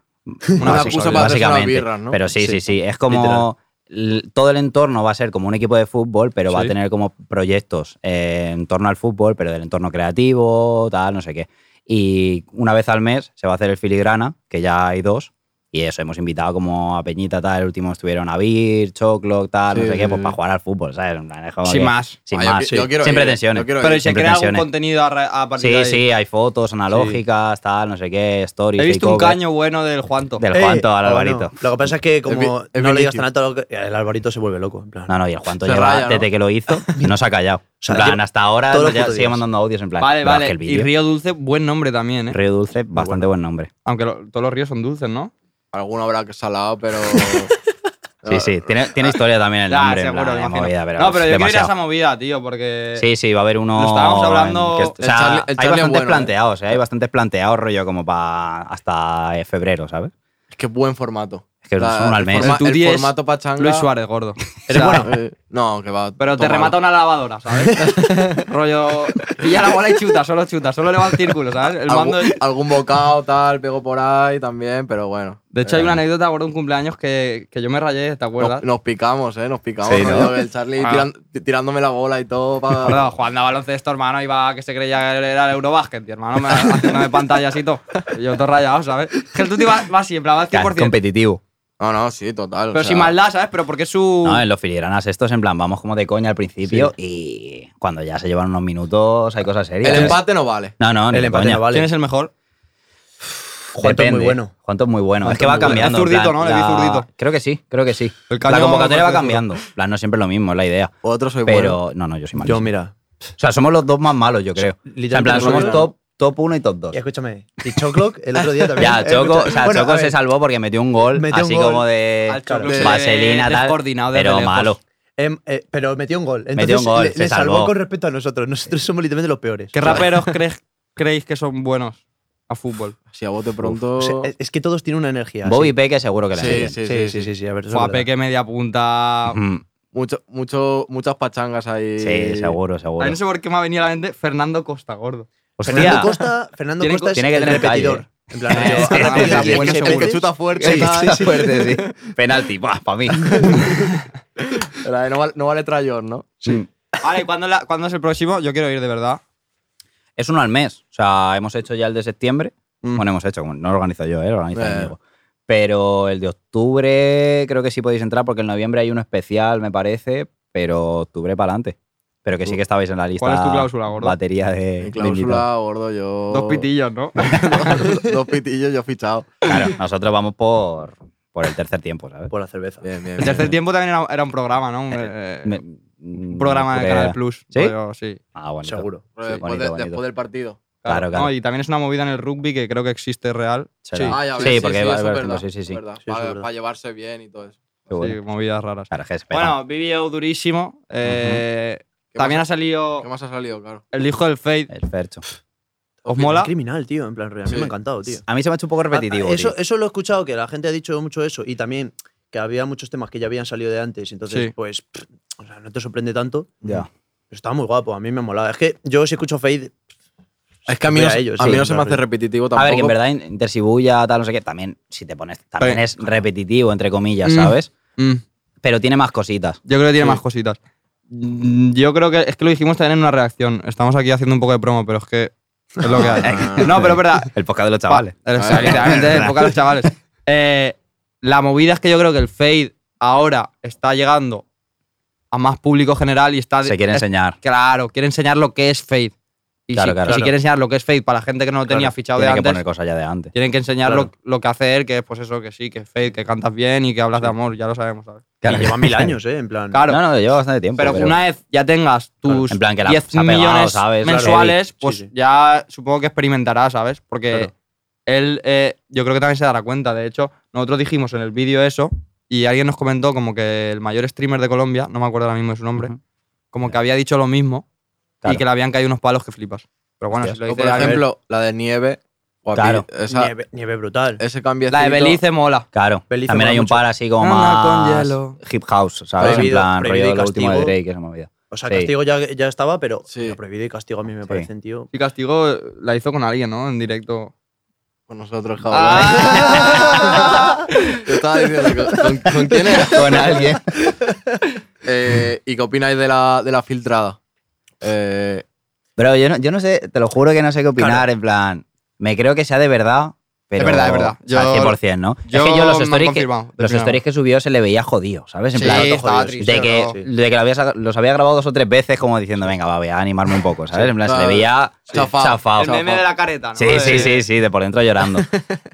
Speaker 2: Una
Speaker 4: Básico-
Speaker 2: excusa para hacerse unas
Speaker 4: básicamente.
Speaker 2: birras, ¿no?
Speaker 4: Pero sí, sí,
Speaker 5: Sí,
Speaker 4: sí. Es como. l- Todo el entorno va a ser como un equipo de fútbol, pero va a
Speaker 3: Sí.
Speaker 4: tener como proyectos eh, en torno al fútbol, pero del entorno creativo, tal, no sé qué. Y una vez al mes se va a hacer el filigrana, que ya hay dos. Y eso, hemos invitado como a Peñita, tal. El último estuvieron a Vir, Choclo, tal, no
Speaker 2: Sí,
Speaker 4: sé
Speaker 2: sí,
Speaker 4: qué, pues
Speaker 2: sí.
Speaker 4: para jugar al fútbol, ¿sabes? En plan, es como
Speaker 3: Sin
Speaker 4: que-
Speaker 3: más.
Speaker 4: Sin
Speaker 2: Ah, yo
Speaker 4: más.
Speaker 2: qui- yo quiero
Speaker 4: Siempre
Speaker 2: ir, yo
Speaker 4: tensiones.
Speaker 2: quiero ir.
Speaker 3: Pero ¿y se
Speaker 4: siempre
Speaker 3: crea algún
Speaker 4: tensiones.
Speaker 3: contenido a, ra- a partir de
Speaker 4: Sí,
Speaker 3: ahí?
Speaker 4: sí, hay fotos analógicas, tal, no sé qué, stories.
Speaker 3: He visto un
Speaker 4: takeovers.
Speaker 3: caño bueno del Juanto.
Speaker 4: Del
Speaker 5: Eh,
Speaker 4: Juanto al
Speaker 5: o no.
Speaker 4: Alvarito.
Speaker 5: Lo que pasa es que como
Speaker 2: Es vi- es
Speaker 5: no le digas
Speaker 2: Vinicius.
Speaker 5: tan alto, al- el Alvarito se vuelve loco. En plan,
Speaker 4: No, no, y el Juanto
Speaker 2: Se
Speaker 4: lleva,
Speaker 2: raya, ¿no?
Speaker 4: desde que lo hizo, no se ha callado.
Speaker 5: sea,
Speaker 4: en plan,
Speaker 5: lleva-
Speaker 4: hasta ahora
Speaker 5: todos los
Speaker 4: ya
Speaker 5: putos
Speaker 4: sigue
Speaker 5: días.
Speaker 4: mandando audios en plan.
Speaker 3: Vale,
Speaker 4: pero es
Speaker 3: vale.
Speaker 4: que el
Speaker 3: Y
Speaker 4: vídeo-
Speaker 3: Río Dulce, buen nombre también, ¿eh?
Speaker 4: Río Dulce, bastante buen nombre.
Speaker 3: Aunque lo- todos los ríos son dulces, ¿no?
Speaker 2: Alguno habrá que salado, pero.
Speaker 4: Sí, sí, tiene, tiene historia también el
Speaker 3: Ah. Ya,
Speaker 4: nombre. en
Speaker 3: seguro,
Speaker 4: plan,
Speaker 3: me
Speaker 4: la
Speaker 3: imagino.
Speaker 4: movida, pero
Speaker 3: no, pero yo quiero ir a
Speaker 4: demasiado.
Speaker 3: esa movida, tío, porque.
Speaker 4: Sí, sí, va a haber uno.
Speaker 3: Lo estábamos
Speaker 4: en-
Speaker 3: hablando-
Speaker 4: que est- o
Speaker 2: El
Speaker 4: sea,
Speaker 2: Charlie- el
Speaker 4: hay
Speaker 2: Charlie es
Speaker 4: bastantes
Speaker 2: bueno, ¿eh?
Speaker 4: planteados, ¿eh? Hay bastantes planteados, rollo, como para hasta eh, febrero, ¿sabes?
Speaker 2: Es que buen formato.
Speaker 4: Es que
Speaker 2: O sea,
Speaker 4: son uno al
Speaker 2: el
Speaker 4: mes.
Speaker 2: forma-
Speaker 3: El
Speaker 2: el,
Speaker 3: Tuti es
Speaker 2: formato pachanga.
Speaker 3: Luis Suárez, gordo.
Speaker 2: Eres
Speaker 3: O sea,
Speaker 2: bueno. Eh, no, que va.
Speaker 3: Pero te
Speaker 2: tómalo.
Speaker 3: remata una lavadora, ¿sabes? Rollo. Pilla la bola y chuta, solo chuta, solo le va al círculo, ¿sabes? El
Speaker 4: Ah,
Speaker 2: Algú-
Speaker 3: mando.
Speaker 2: algún, bocado, tal, pego por ahí también, pero bueno.
Speaker 3: De hecho, hay
Speaker 4: Eh.
Speaker 3: una anécdota, gordo, un cumpleaños que, que yo me rayé, ¿te acuerdas?
Speaker 2: Nos, nos picamos, ¿eh? Nos picamos.
Speaker 4: Sí, ¿no?
Speaker 2: rollo, El Charlie
Speaker 3: Ah.
Speaker 2: tiran- ti- tirándome la bola y todo. pa-
Speaker 3: Gordo, jugando a baloncesto, hermano, iba que se creía que era el Eurobasket, tío, hermano, me, haciéndome pantallas y todo. Yo todo rayado, ¿sabes? Que el Tuti va, va siempre, va al
Speaker 4: Que es
Speaker 3: 100%.
Speaker 4: competitivo.
Speaker 2: No, no, sí, total. o
Speaker 3: Pero
Speaker 2: sea,
Speaker 3: sin maldad, ¿sabes? Pero porque es su.
Speaker 4: No, en los filigranas estos, en plan, vamos como de coña al principio y cuando ya se llevan unos minutos hay cosas serias.
Speaker 2: El empate no vale.
Speaker 4: No, no, ni
Speaker 5: el
Speaker 4: de
Speaker 5: empate
Speaker 4: coña.
Speaker 5: no vale.
Speaker 3: ¿Quién es el mejor?
Speaker 5: Juanto es muy
Speaker 4: Depende.
Speaker 5: bueno.
Speaker 4: Juanto es muy bueno.
Speaker 5: Juanto
Speaker 4: es que va
Speaker 5: es muy bueno.
Speaker 4: cambiando.
Speaker 3: Es
Speaker 4: en
Speaker 3: zurdito,
Speaker 4: plan,
Speaker 3: ¿no? Le vi
Speaker 4: la-
Speaker 3: zurdito.
Speaker 4: Creo que sí, creo que sí.
Speaker 3: El
Speaker 4: La
Speaker 3: cañón
Speaker 4: convocatoria va
Speaker 3: parece
Speaker 4: cambiando. En plan, no siempre es lo mismo, es la idea.
Speaker 2: O Otro soy bueno.
Speaker 4: Pero no, no, yo soy malo.
Speaker 5: Yo, mira.
Speaker 4: O sea, somos los dos más malos, yo creo. O sea, en plan,
Speaker 5: literalmente
Speaker 4: somos
Speaker 5: soy-
Speaker 4: top, top 1 y top 2.
Speaker 5: Y escúchame, y Choclock el otro día también.
Speaker 4: Ya,
Speaker 5: eh,
Speaker 4: Choco,
Speaker 5: escucha-
Speaker 4: o sea,
Speaker 5: Bueno, a
Speaker 4: Choco se
Speaker 5: ver,
Speaker 4: salvó porque metió un gol,
Speaker 5: Metió un
Speaker 4: así
Speaker 5: gol.
Speaker 4: como de
Speaker 3: Al Choclo
Speaker 5: Claro.
Speaker 3: se
Speaker 4: vaselina,
Speaker 3: ve
Speaker 4: tal.
Speaker 3: descoordinado desde
Speaker 4: pero
Speaker 3: lejos.
Speaker 4: malo.
Speaker 5: em, eh, pero metió un gol. Entonces,
Speaker 4: Metió un gol,
Speaker 5: le,
Speaker 4: se
Speaker 5: le salvó.
Speaker 4: salvó.
Speaker 5: con respecto a nosotros. Nosotros somos literalmente los peores.
Speaker 3: ¿Qué raperos crees- creéis que son buenos a fútbol?
Speaker 2: Si a bote pronto.
Speaker 5: O sea,
Speaker 4: eh,
Speaker 5: es- es que todos tienen una energía.
Speaker 4: Bobby
Speaker 5: sí.
Speaker 4: Peque seguro que la
Speaker 2: Sí,
Speaker 4: meten.
Speaker 2: sí,
Speaker 5: Sí, sí, sí, sí, sí, a ver, eso es
Speaker 3: Fue
Speaker 5: verdad.
Speaker 3: que media punta.
Speaker 4: Mm,
Speaker 2: Mucho, mucho, muchas pachangas ahí.
Speaker 4: Sí, seguro,
Speaker 3: A mí
Speaker 4: seguro.
Speaker 3: no sé por qué me ha venido a la mente Fernando Costa, gordo.
Speaker 5: Fernando
Speaker 4: Hostia,
Speaker 5: Costa, Fernando
Speaker 3: Tiene-
Speaker 5: Costa es
Speaker 4: tiene que
Speaker 5: el
Speaker 4: tener
Speaker 5: repetidor.
Speaker 4: calle.
Speaker 5: En plan,
Speaker 3: Eh,
Speaker 5: yo-
Speaker 3: sí,
Speaker 5: ha repetido
Speaker 3: sí, sí,
Speaker 5: 10
Speaker 3: sí,
Speaker 2: Ah, El que
Speaker 5: veces.
Speaker 2: chuta fuerte.
Speaker 4: Sí,
Speaker 2: tal.
Speaker 4: está fuerte, sí. Penalti, para mí.
Speaker 2: La de no, vale, no vale trayón, ¿no?
Speaker 4: Mm.
Speaker 3: Vale, ¿cuándo, la- cuándo es el próximo? Yo quiero ir de verdad.
Speaker 4: Es uno al mes. O sea, hemos hecho ya el de septiembre.
Speaker 3: Mm.
Speaker 4: Bueno, hemos hecho, no lo organizo yo, ¿eh? lo organiza
Speaker 2: Eh.
Speaker 4: Íñigo. Pero el de octubre creo que sí podéis entrar porque en noviembre hay uno especial, me parece, pero octubre para adelante. Pero que sí que estabais en la lista.
Speaker 3: ¿Cuál es tu cláusula, gordo?
Speaker 4: Batería de, de
Speaker 2: Mi
Speaker 4: invitados.
Speaker 2: cláusula, gordo, yo.
Speaker 4: Oh.
Speaker 3: Dos pitillos, ¿no?
Speaker 2: dos, dos pitillos, yo fichado.
Speaker 4: Claro, nosotros vamos por, por el tercer tiempo,
Speaker 3: Pues,
Speaker 4: ¿sabes?
Speaker 5: por la cerveza.
Speaker 2: Bien, bien,
Speaker 3: El
Speaker 2: bien.
Speaker 3: tercer tiempo también era, era un programa, ¿no? Un, eh,
Speaker 4: Me-
Speaker 3: un programa
Speaker 4: no
Speaker 3: de
Speaker 4: creo.
Speaker 3: Canal Plus.
Speaker 4: ¿Sí?
Speaker 3: rollo, sí.
Speaker 4: Ah, bonito.
Speaker 5: Seguro.
Speaker 2: Pero
Speaker 4: Sí,
Speaker 2: después,
Speaker 4: bonito,
Speaker 2: de-
Speaker 4: bonito.
Speaker 2: después del partido.
Speaker 4: Claro, claro.
Speaker 3: No, y también es una movida en el rugby que creo que existe real.
Speaker 4: Será.
Speaker 2: Ah, ya
Speaker 4: sí,
Speaker 2: ves, sí,
Speaker 4: porque
Speaker 2: sí,
Speaker 4: va-
Speaker 2: eso
Speaker 4: va-
Speaker 2: es verdad,
Speaker 4: sí, sí, sí.
Speaker 2: es verdad.
Speaker 5: Sí, eso es
Speaker 2: Para,
Speaker 5: verdad.
Speaker 2: para llevarse bien y todo eso.
Speaker 4: Qué bueno.
Speaker 3: Sí, movidas raras.
Speaker 4: Claro, que se pega.
Speaker 3: Bueno, BBO durísimo. Eh,
Speaker 2: ¿Qué
Speaker 3: También ha
Speaker 2: más,
Speaker 3: salido
Speaker 2: ¿Qué más ha salido, claro?
Speaker 3: el hijo del Fate.
Speaker 4: el Fercho.
Speaker 3: ¿Os mola?
Speaker 5: criminal, tío, en plan real. A mí
Speaker 2: Sí.
Speaker 5: me ha encantado, tío.
Speaker 4: A mí se me ha hecho un poco repetitivo.
Speaker 5: Ah, ah, eso,
Speaker 4: tío.
Speaker 5: eso lo he escuchado, que la gente ha dicho mucho eso. Y también que había muchos temas que ya habían salido de antes. Entonces,
Speaker 3: Sí.
Speaker 5: pues, pff, o sea, no te sorprende tanto.
Speaker 4: Ya.
Speaker 5: Pero estaba muy guapo, a mí me ha molado. Es que yo si escucho Fade,
Speaker 2: Es que a mí
Speaker 5: Ve
Speaker 2: no,
Speaker 5: a
Speaker 2: se-
Speaker 5: ellos,
Speaker 2: a
Speaker 5: sí,
Speaker 2: mí no se me
Speaker 5: claro.
Speaker 2: hace repetitivo tampoco.
Speaker 4: A ver, que en verdad Intersibuya, tal, no sé qué, también, si te pones, también
Speaker 3: Pero-
Speaker 4: es repetitivo, entre comillas,
Speaker 3: Mm.
Speaker 4: ¿sabes?
Speaker 3: Mm,
Speaker 4: Pero tiene más cositas.
Speaker 3: yo creo que tiene
Speaker 2: Sí.
Speaker 3: más cositas. Mm, Yo creo que es que lo dijimos también en una reacción. Estamos aquí haciendo un poco de promo, pero es que es lo que hay. no, pero es verdad.
Speaker 4: El podcast de los
Speaker 3: Vale,
Speaker 4: Ah, chavales.
Speaker 3: literalmente, en poca los chavales. Eh, la movida es que yo creo que el Fade ahora está llegando a más público general y está.
Speaker 4: Se quiere
Speaker 3: es-
Speaker 4: enseñar.
Speaker 3: Claro, quiere enseñar lo que es Fade. Y
Speaker 4: Claro,
Speaker 3: si,
Speaker 4: claro.
Speaker 3: y si quiere enseñar lo que es Fade para la gente que no lo tenía
Speaker 5: Claro,
Speaker 3: fichado de
Speaker 4: Tiene que
Speaker 3: antes,
Speaker 4: poner cosas ya de antes.
Speaker 3: tienen que enseñar
Speaker 5: Claro.
Speaker 3: lo, lo que hacer, que es pues eso, que sí, que es Fade, que cantas bien y que hablas de amor, ya lo sabemos, ¿sabes?
Speaker 5: que lleva mil años, ¿eh? En plan.
Speaker 3: Claro.
Speaker 4: No, no, lleva bastante tiempo.
Speaker 3: Pero, una vez ya tengas tus
Speaker 4: En plan que la-
Speaker 3: 10
Speaker 4: se ha pegado,
Speaker 3: millones
Speaker 4: ¿sabes? Claro.
Speaker 3: mensuales,
Speaker 5: Sí,
Speaker 3: pues
Speaker 5: sí.
Speaker 3: ya supongo que experimentará, ¿sabes? Porque
Speaker 5: Claro.
Speaker 3: él, eh, yo creo que también se dará cuenta. De hecho, nosotros dijimos en el vídeo eso y alguien nos comentó como que el mayor streamer de Colombia, no me acuerdo ahora mismo de su nombre,
Speaker 4: Ujú.
Speaker 3: como que había dicho lo mismo y
Speaker 4: Claro.
Speaker 3: que le habían caído unos palos que flipas. Pero bueno,
Speaker 4: Hostias.
Speaker 3: si lo
Speaker 2: O,
Speaker 3: dice
Speaker 2: por
Speaker 3: alguien-
Speaker 2: ejemplo, la de nieve. guapi,
Speaker 4: Claro.
Speaker 2: esa-
Speaker 5: nieve, nieve brutal.
Speaker 2: Ese cambio
Speaker 3: la de Belice mola.
Speaker 4: Claro.
Speaker 5: Belice
Speaker 4: También
Speaker 5: mola
Speaker 4: hay un
Speaker 5: mucho.
Speaker 4: par así como
Speaker 3: Anda
Speaker 4: más
Speaker 3: con hielo.
Speaker 4: hip house, ¿sabes? en
Speaker 5: Prohibido,
Speaker 4: plan,
Speaker 5: prohibido
Speaker 4: rollo
Speaker 5: y
Speaker 4: lo último de
Speaker 5: castigo.
Speaker 4: Drake, esa movida.
Speaker 5: O sea,
Speaker 4: Sí.
Speaker 5: castigo ya, ya estaba, pero
Speaker 2: Sí.
Speaker 5: lo prohibido y castigo a mí me
Speaker 4: Sí.
Speaker 5: parecen, tío.
Speaker 3: Y Castigo eh, la hizo con alguien, ¿no? En directo.
Speaker 2: Con nosotros, cabrón.
Speaker 4: Ah.
Speaker 2: Te estaba diciendo, ¿con, con- con quién era?
Speaker 4: Con alguien.
Speaker 2: Eh, ¿Y qué opináis de la, de la filtrada? Eh,
Speaker 4: Pero yo no, yo no sé, te lo juro que no sé qué opinar, en plan, me creo que sea de verdad, pero
Speaker 3: Es verdad, es verdad.
Speaker 4: o sea,
Speaker 3: Yo-
Speaker 4: 100%, ¿no?
Speaker 3: yo
Speaker 4: es que yo los
Speaker 3: me han
Speaker 4: stories que,
Speaker 3: confirmado, de
Speaker 4: los
Speaker 3: primera
Speaker 4: stories que subió se le veía jodido, ¿sabes? En
Speaker 3: Sí,
Speaker 4: plan,
Speaker 3: estaba
Speaker 5: sí,
Speaker 3: triste.
Speaker 4: de que,
Speaker 3: ¿no?
Speaker 5: sí.
Speaker 4: de que lo había saca- los había grabado dos o tres veces como diciendo, venga, va, voy a animarme un poco, ¿sabes? En plan, se le
Speaker 2: Claro.
Speaker 4: veía
Speaker 2: Sí.
Speaker 4: chafado.
Speaker 2: Chafao.
Speaker 3: El meme de la careta, ¿no?
Speaker 4: Sí,
Speaker 3: De-
Speaker 4: sí, sí, sí, de por dentro llorando.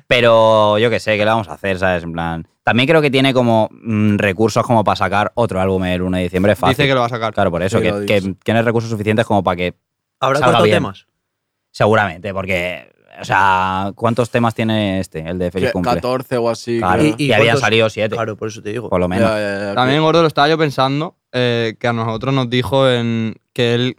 Speaker 4: Pero yo qué sé, ¿qué le vamos a hacer, sabes? En plan, también creo que tiene como mm, recursos como para sacar otro álbum el 1 de diciembre fácil.
Speaker 3: Dice que lo va a sacar.
Speaker 4: Claro, por eso,
Speaker 2: Sí,
Speaker 4: que,
Speaker 2: lo ha
Speaker 4: que
Speaker 2: dicho.
Speaker 4: tiene recursos suficientes como para que
Speaker 5: ¿Habrá
Speaker 4: Salga
Speaker 5: cortado
Speaker 4: bien.
Speaker 5: temas?
Speaker 4: Seguramente, porque, o sea, ¿cuántos temas tiene este, el de Feliz
Speaker 2: que-
Speaker 4: Cumple?
Speaker 2: 14 o así.
Speaker 4: Claro,
Speaker 2: creo.
Speaker 4: y,
Speaker 5: Y- y
Speaker 4: habían
Speaker 5: cuántos-
Speaker 4: salido siete,
Speaker 5: Claro, por eso te digo.
Speaker 4: por lo
Speaker 2: Ya,
Speaker 4: menos.
Speaker 2: ya, ya,
Speaker 3: También, Gordo, lo estaba yo pensando, eh, que a nosotros nos dijo en que él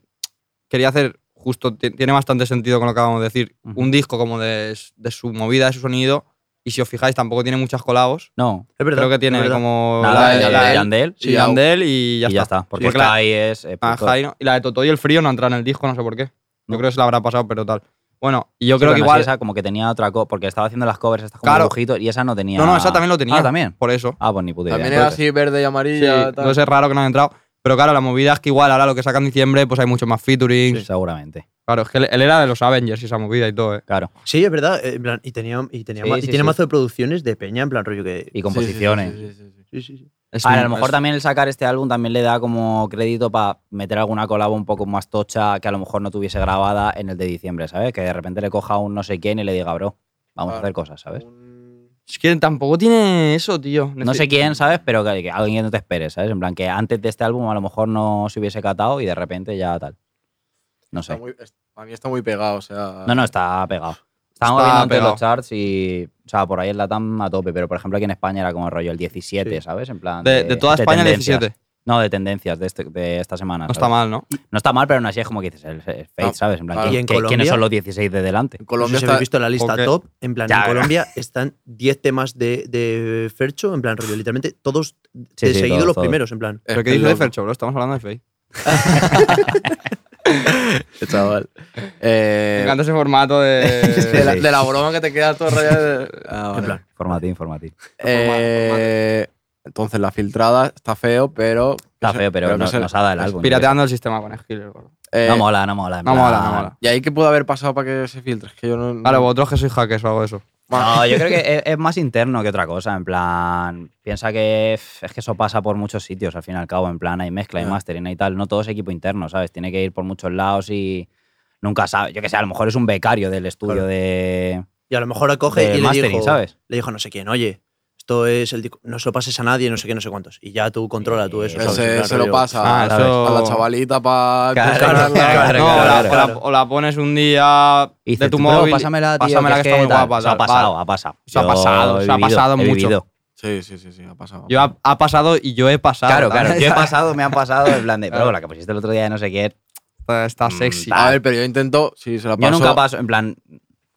Speaker 3: quería hacer, justo, ti- tiene bastante sentido con lo que acabamos de decir,
Speaker 4: Ujú.
Speaker 3: un disco como de, s- de su movida, de su sonido, y si os fijáis, tampoco tiene muchas colabos.
Speaker 4: No,
Speaker 5: Es verdad.
Speaker 3: Creo que
Speaker 5: es
Speaker 3: tiene
Speaker 5: verdad.
Speaker 3: como
Speaker 4: nada,
Speaker 3: la,
Speaker 4: el
Speaker 3: de
Speaker 4: de
Speaker 3: la de
Speaker 4: Yandel
Speaker 3: sí,
Speaker 2: y Au.
Speaker 3: Yandel y ya
Speaker 4: y ya
Speaker 3: está.
Speaker 4: está. Porque
Speaker 3: Porque la-
Speaker 4: Sky es... eh,
Speaker 3: Ah,
Speaker 4: productor.
Speaker 3: Jairo. Y la de Totoy y el frío no entra en el disco, no sé por qué. Yo
Speaker 4: No.
Speaker 3: creo que se la habrá pasado, pero tal. Bueno, y yo
Speaker 4: Sí,
Speaker 3: creo
Speaker 4: pero
Speaker 3: que
Speaker 4: no sé,
Speaker 3: igual...
Speaker 4: esa como que tenía otra cosa, porque estaba haciendo las covers estas como
Speaker 3: Claro.
Speaker 4: dibujitos y esa no tenía...
Speaker 3: No, no, esa también lo tenía.
Speaker 4: Ah, también.
Speaker 3: Por eso.
Speaker 4: Ah, pues ni puta idea.
Speaker 2: También era
Speaker 4: entonces.
Speaker 2: así verde y
Speaker 3: Sí,
Speaker 2: amarilla. tal.
Speaker 3: entonces es raro que no haya entrado. Pero claro, la movida es que igual ahora lo que saca en diciembre, pues hay mucho más featuring.
Speaker 4: Seguramente,
Speaker 3: Claro, es que él, él era de los Avengers y esa movida y todo, ¿eh?
Speaker 4: claro.
Speaker 5: Sí, es verdad. eh, En plan, y tenía, y tenía
Speaker 4: Sí,
Speaker 5: ma- y
Speaker 4: sí,
Speaker 5: tiene
Speaker 4: sí.
Speaker 5: mazo de producciones de peña, en plan rollo que.
Speaker 2: Sí,
Speaker 4: Y
Speaker 2: sí, sí,
Speaker 4: composiciones.
Speaker 2: sí, sí, sí, sí.
Speaker 5: Sí, sí, sí.
Speaker 3: Es
Speaker 4: Ahora, a
Speaker 3: un-
Speaker 4: lo mejor
Speaker 3: es-
Speaker 4: también el sacar este álbum también le da como crédito para meter alguna colabo un poco más tocha que a lo mejor no tuviese grabada en el de diciembre, ¿sabes? Que de repente le coja un no sé quién y le diga, bro, vamos a
Speaker 2: Claro.
Speaker 4: hacer cosas, ¿sabes?
Speaker 2: Un-
Speaker 3: Es que tampoco tiene eso, tío.
Speaker 4: No sé quién, ¿sabes? Pero que, que alguien que no te espere, ¿sabes? En plan, que antes de este álbum a lo mejor no se hubiese catado y de repente ya tal. No
Speaker 2: Está
Speaker 4: sé.
Speaker 2: muy, es- a mí está muy pegado, o sea.
Speaker 4: No, no, está pegado. Estábamos
Speaker 3: Está
Speaker 4: viendo antes
Speaker 3: pegado.
Speaker 4: los charts y. O sea, por ahí en Latam a tope, pero por ejemplo aquí en España era como rollo el 17,
Speaker 5: Sí.
Speaker 4: ¿sabes? En plan.
Speaker 3: De, de toda España, el
Speaker 4: tendencias.
Speaker 3: 17.
Speaker 4: No, de tendencias de, este- de esta semana.
Speaker 3: No
Speaker 4: ¿sabes?
Speaker 3: está mal, ¿no?
Speaker 4: No está mal, pero aún así es como que dices el, el fade,
Speaker 2: No,
Speaker 4: ¿sabes? En plan,
Speaker 2: claro.
Speaker 4: ¿quién-
Speaker 5: ¿Y en
Speaker 4: qué- ¿quiénes
Speaker 5: Colombia?
Speaker 4: son los 16 de delante?
Speaker 2: En Colombia
Speaker 5: Colombia si
Speaker 2: está.
Speaker 5: habéis visto la lista
Speaker 3: porque-
Speaker 5: top, en plan,
Speaker 4: Ya,
Speaker 5: en
Speaker 4: ya.
Speaker 5: Colombia están 10 temas de, de Fercho, en plan, rollo, literalmente todos de
Speaker 4: sí,
Speaker 5: seguido
Speaker 4: todos,
Speaker 5: los
Speaker 4: todos.
Speaker 5: primeros, en plan.
Speaker 3: ¿Pero qué dice de Fercho, bro? Estamos hablando de Fey.
Speaker 2: Fercho? Chaval.
Speaker 3: Me
Speaker 2: Eh,
Speaker 3: encanta ese formato
Speaker 2: de, la,
Speaker 3: de.
Speaker 2: de la broma que te queda todo rayado. de- Ah, vale.
Speaker 5: En plan,
Speaker 4: Informativo, informativo.
Speaker 2: Eh, entonces la filtrada está feo, pero.
Speaker 4: Está feo, pero
Speaker 2: que
Speaker 4: no,
Speaker 2: se-
Speaker 4: nos ha dado el álbum.
Speaker 3: Pirateando el sistema con Skiller, bro.
Speaker 2: eh,
Speaker 4: No mola, no mola. en
Speaker 3: No mola, no
Speaker 4: plan-
Speaker 3: mola.
Speaker 2: ¿Y ahí qué pudo haber pasado para que se filtre? Es que yo no.
Speaker 3: Claro, vosotros que sois hackers o algo de eso.
Speaker 4: No, yo creo que es, es más interno que otra cosa. En plan, piensa que f, es que eso pasa por muchos sitios al fin y al cabo. En plan, hay mezcla, hay
Speaker 2: Ya.
Speaker 4: mastering, hay tal. No todo es equipo interno, ¿sabes? Tiene que ir por muchos lados y nunca sabe. Yo que sé, a lo mejor es un becario del estudio
Speaker 5: Claro.
Speaker 4: de,
Speaker 5: Y a lo mejor acoge
Speaker 4: de
Speaker 5: y le
Speaker 4: mastering,
Speaker 5: dijo,
Speaker 4: ¿sabes?
Speaker 5: le dijo no sé quién, oye, esto es el dic- no se lo pases a nadie, no sé qué, no sé cuántos. Y ya tú controla tú eso.
Speaker 4: Ese
Speaker 5: ¿sabes? En
Speaker 2: Ese
Speaker 5: plan,
Speaker 2: se lo
Speaker 5: rollo,
Speaker 2: pasa
Speaker 3: Ah,
Speaker 2: a,
Speaker 3: eso-
Speaker 2: la chavalita para...
Speaker 4: Claro,
Speaker 3: No, o la-
Speaker 4: claro,
Speaker 3: o la,
Speaker 4: claro.
Speaker 3: o la pones un día
Speaker 4: Y dices,
Speaker 3: de tu
Speaker 4: tú,
Speaker 3: móvil.
Speaker 4: bro, pásamela, tío,
Speaker 3: pásamela que,
Speaker 4: es
Speaker 3: está muy
Speaker 4: tal.
Speaker 3: guapa.
Speaker 4: O sea, ha
Speaker 3: tal, vale.
Speaker 4: pasado, ha pasado.
Speaker 3: Se ha
Speaker 4: Yo
Speaker 3: pasado,
Speaker 4: he
Speaker 3: se ha pasado
Speaker 4: he
Speaker 3: mucho.
Speaker 4: vivido.
Speaker 2: Sí, sí, sí, sí, ha pasado.
Speaker 3: Yo ha, ha pasado y yo he pasado.
Speaker 4: Claro, claro.
Speaker 3: ¿sabes?
Speaker 4: Yo he pasado, me han pasado. En plan de, bro,
Speaker 3: Claro.
Speaker 4: la que pusiste el otro día de no sé qué.
Speaker 3: Está, está
Speaker 4: Mm,
Speaker 3: sexy.
Speaker 4: tal.
Speaker 2: a ver, pero yo intento, si se la paso...
Speaker 4: Yo nunca paso, en plan,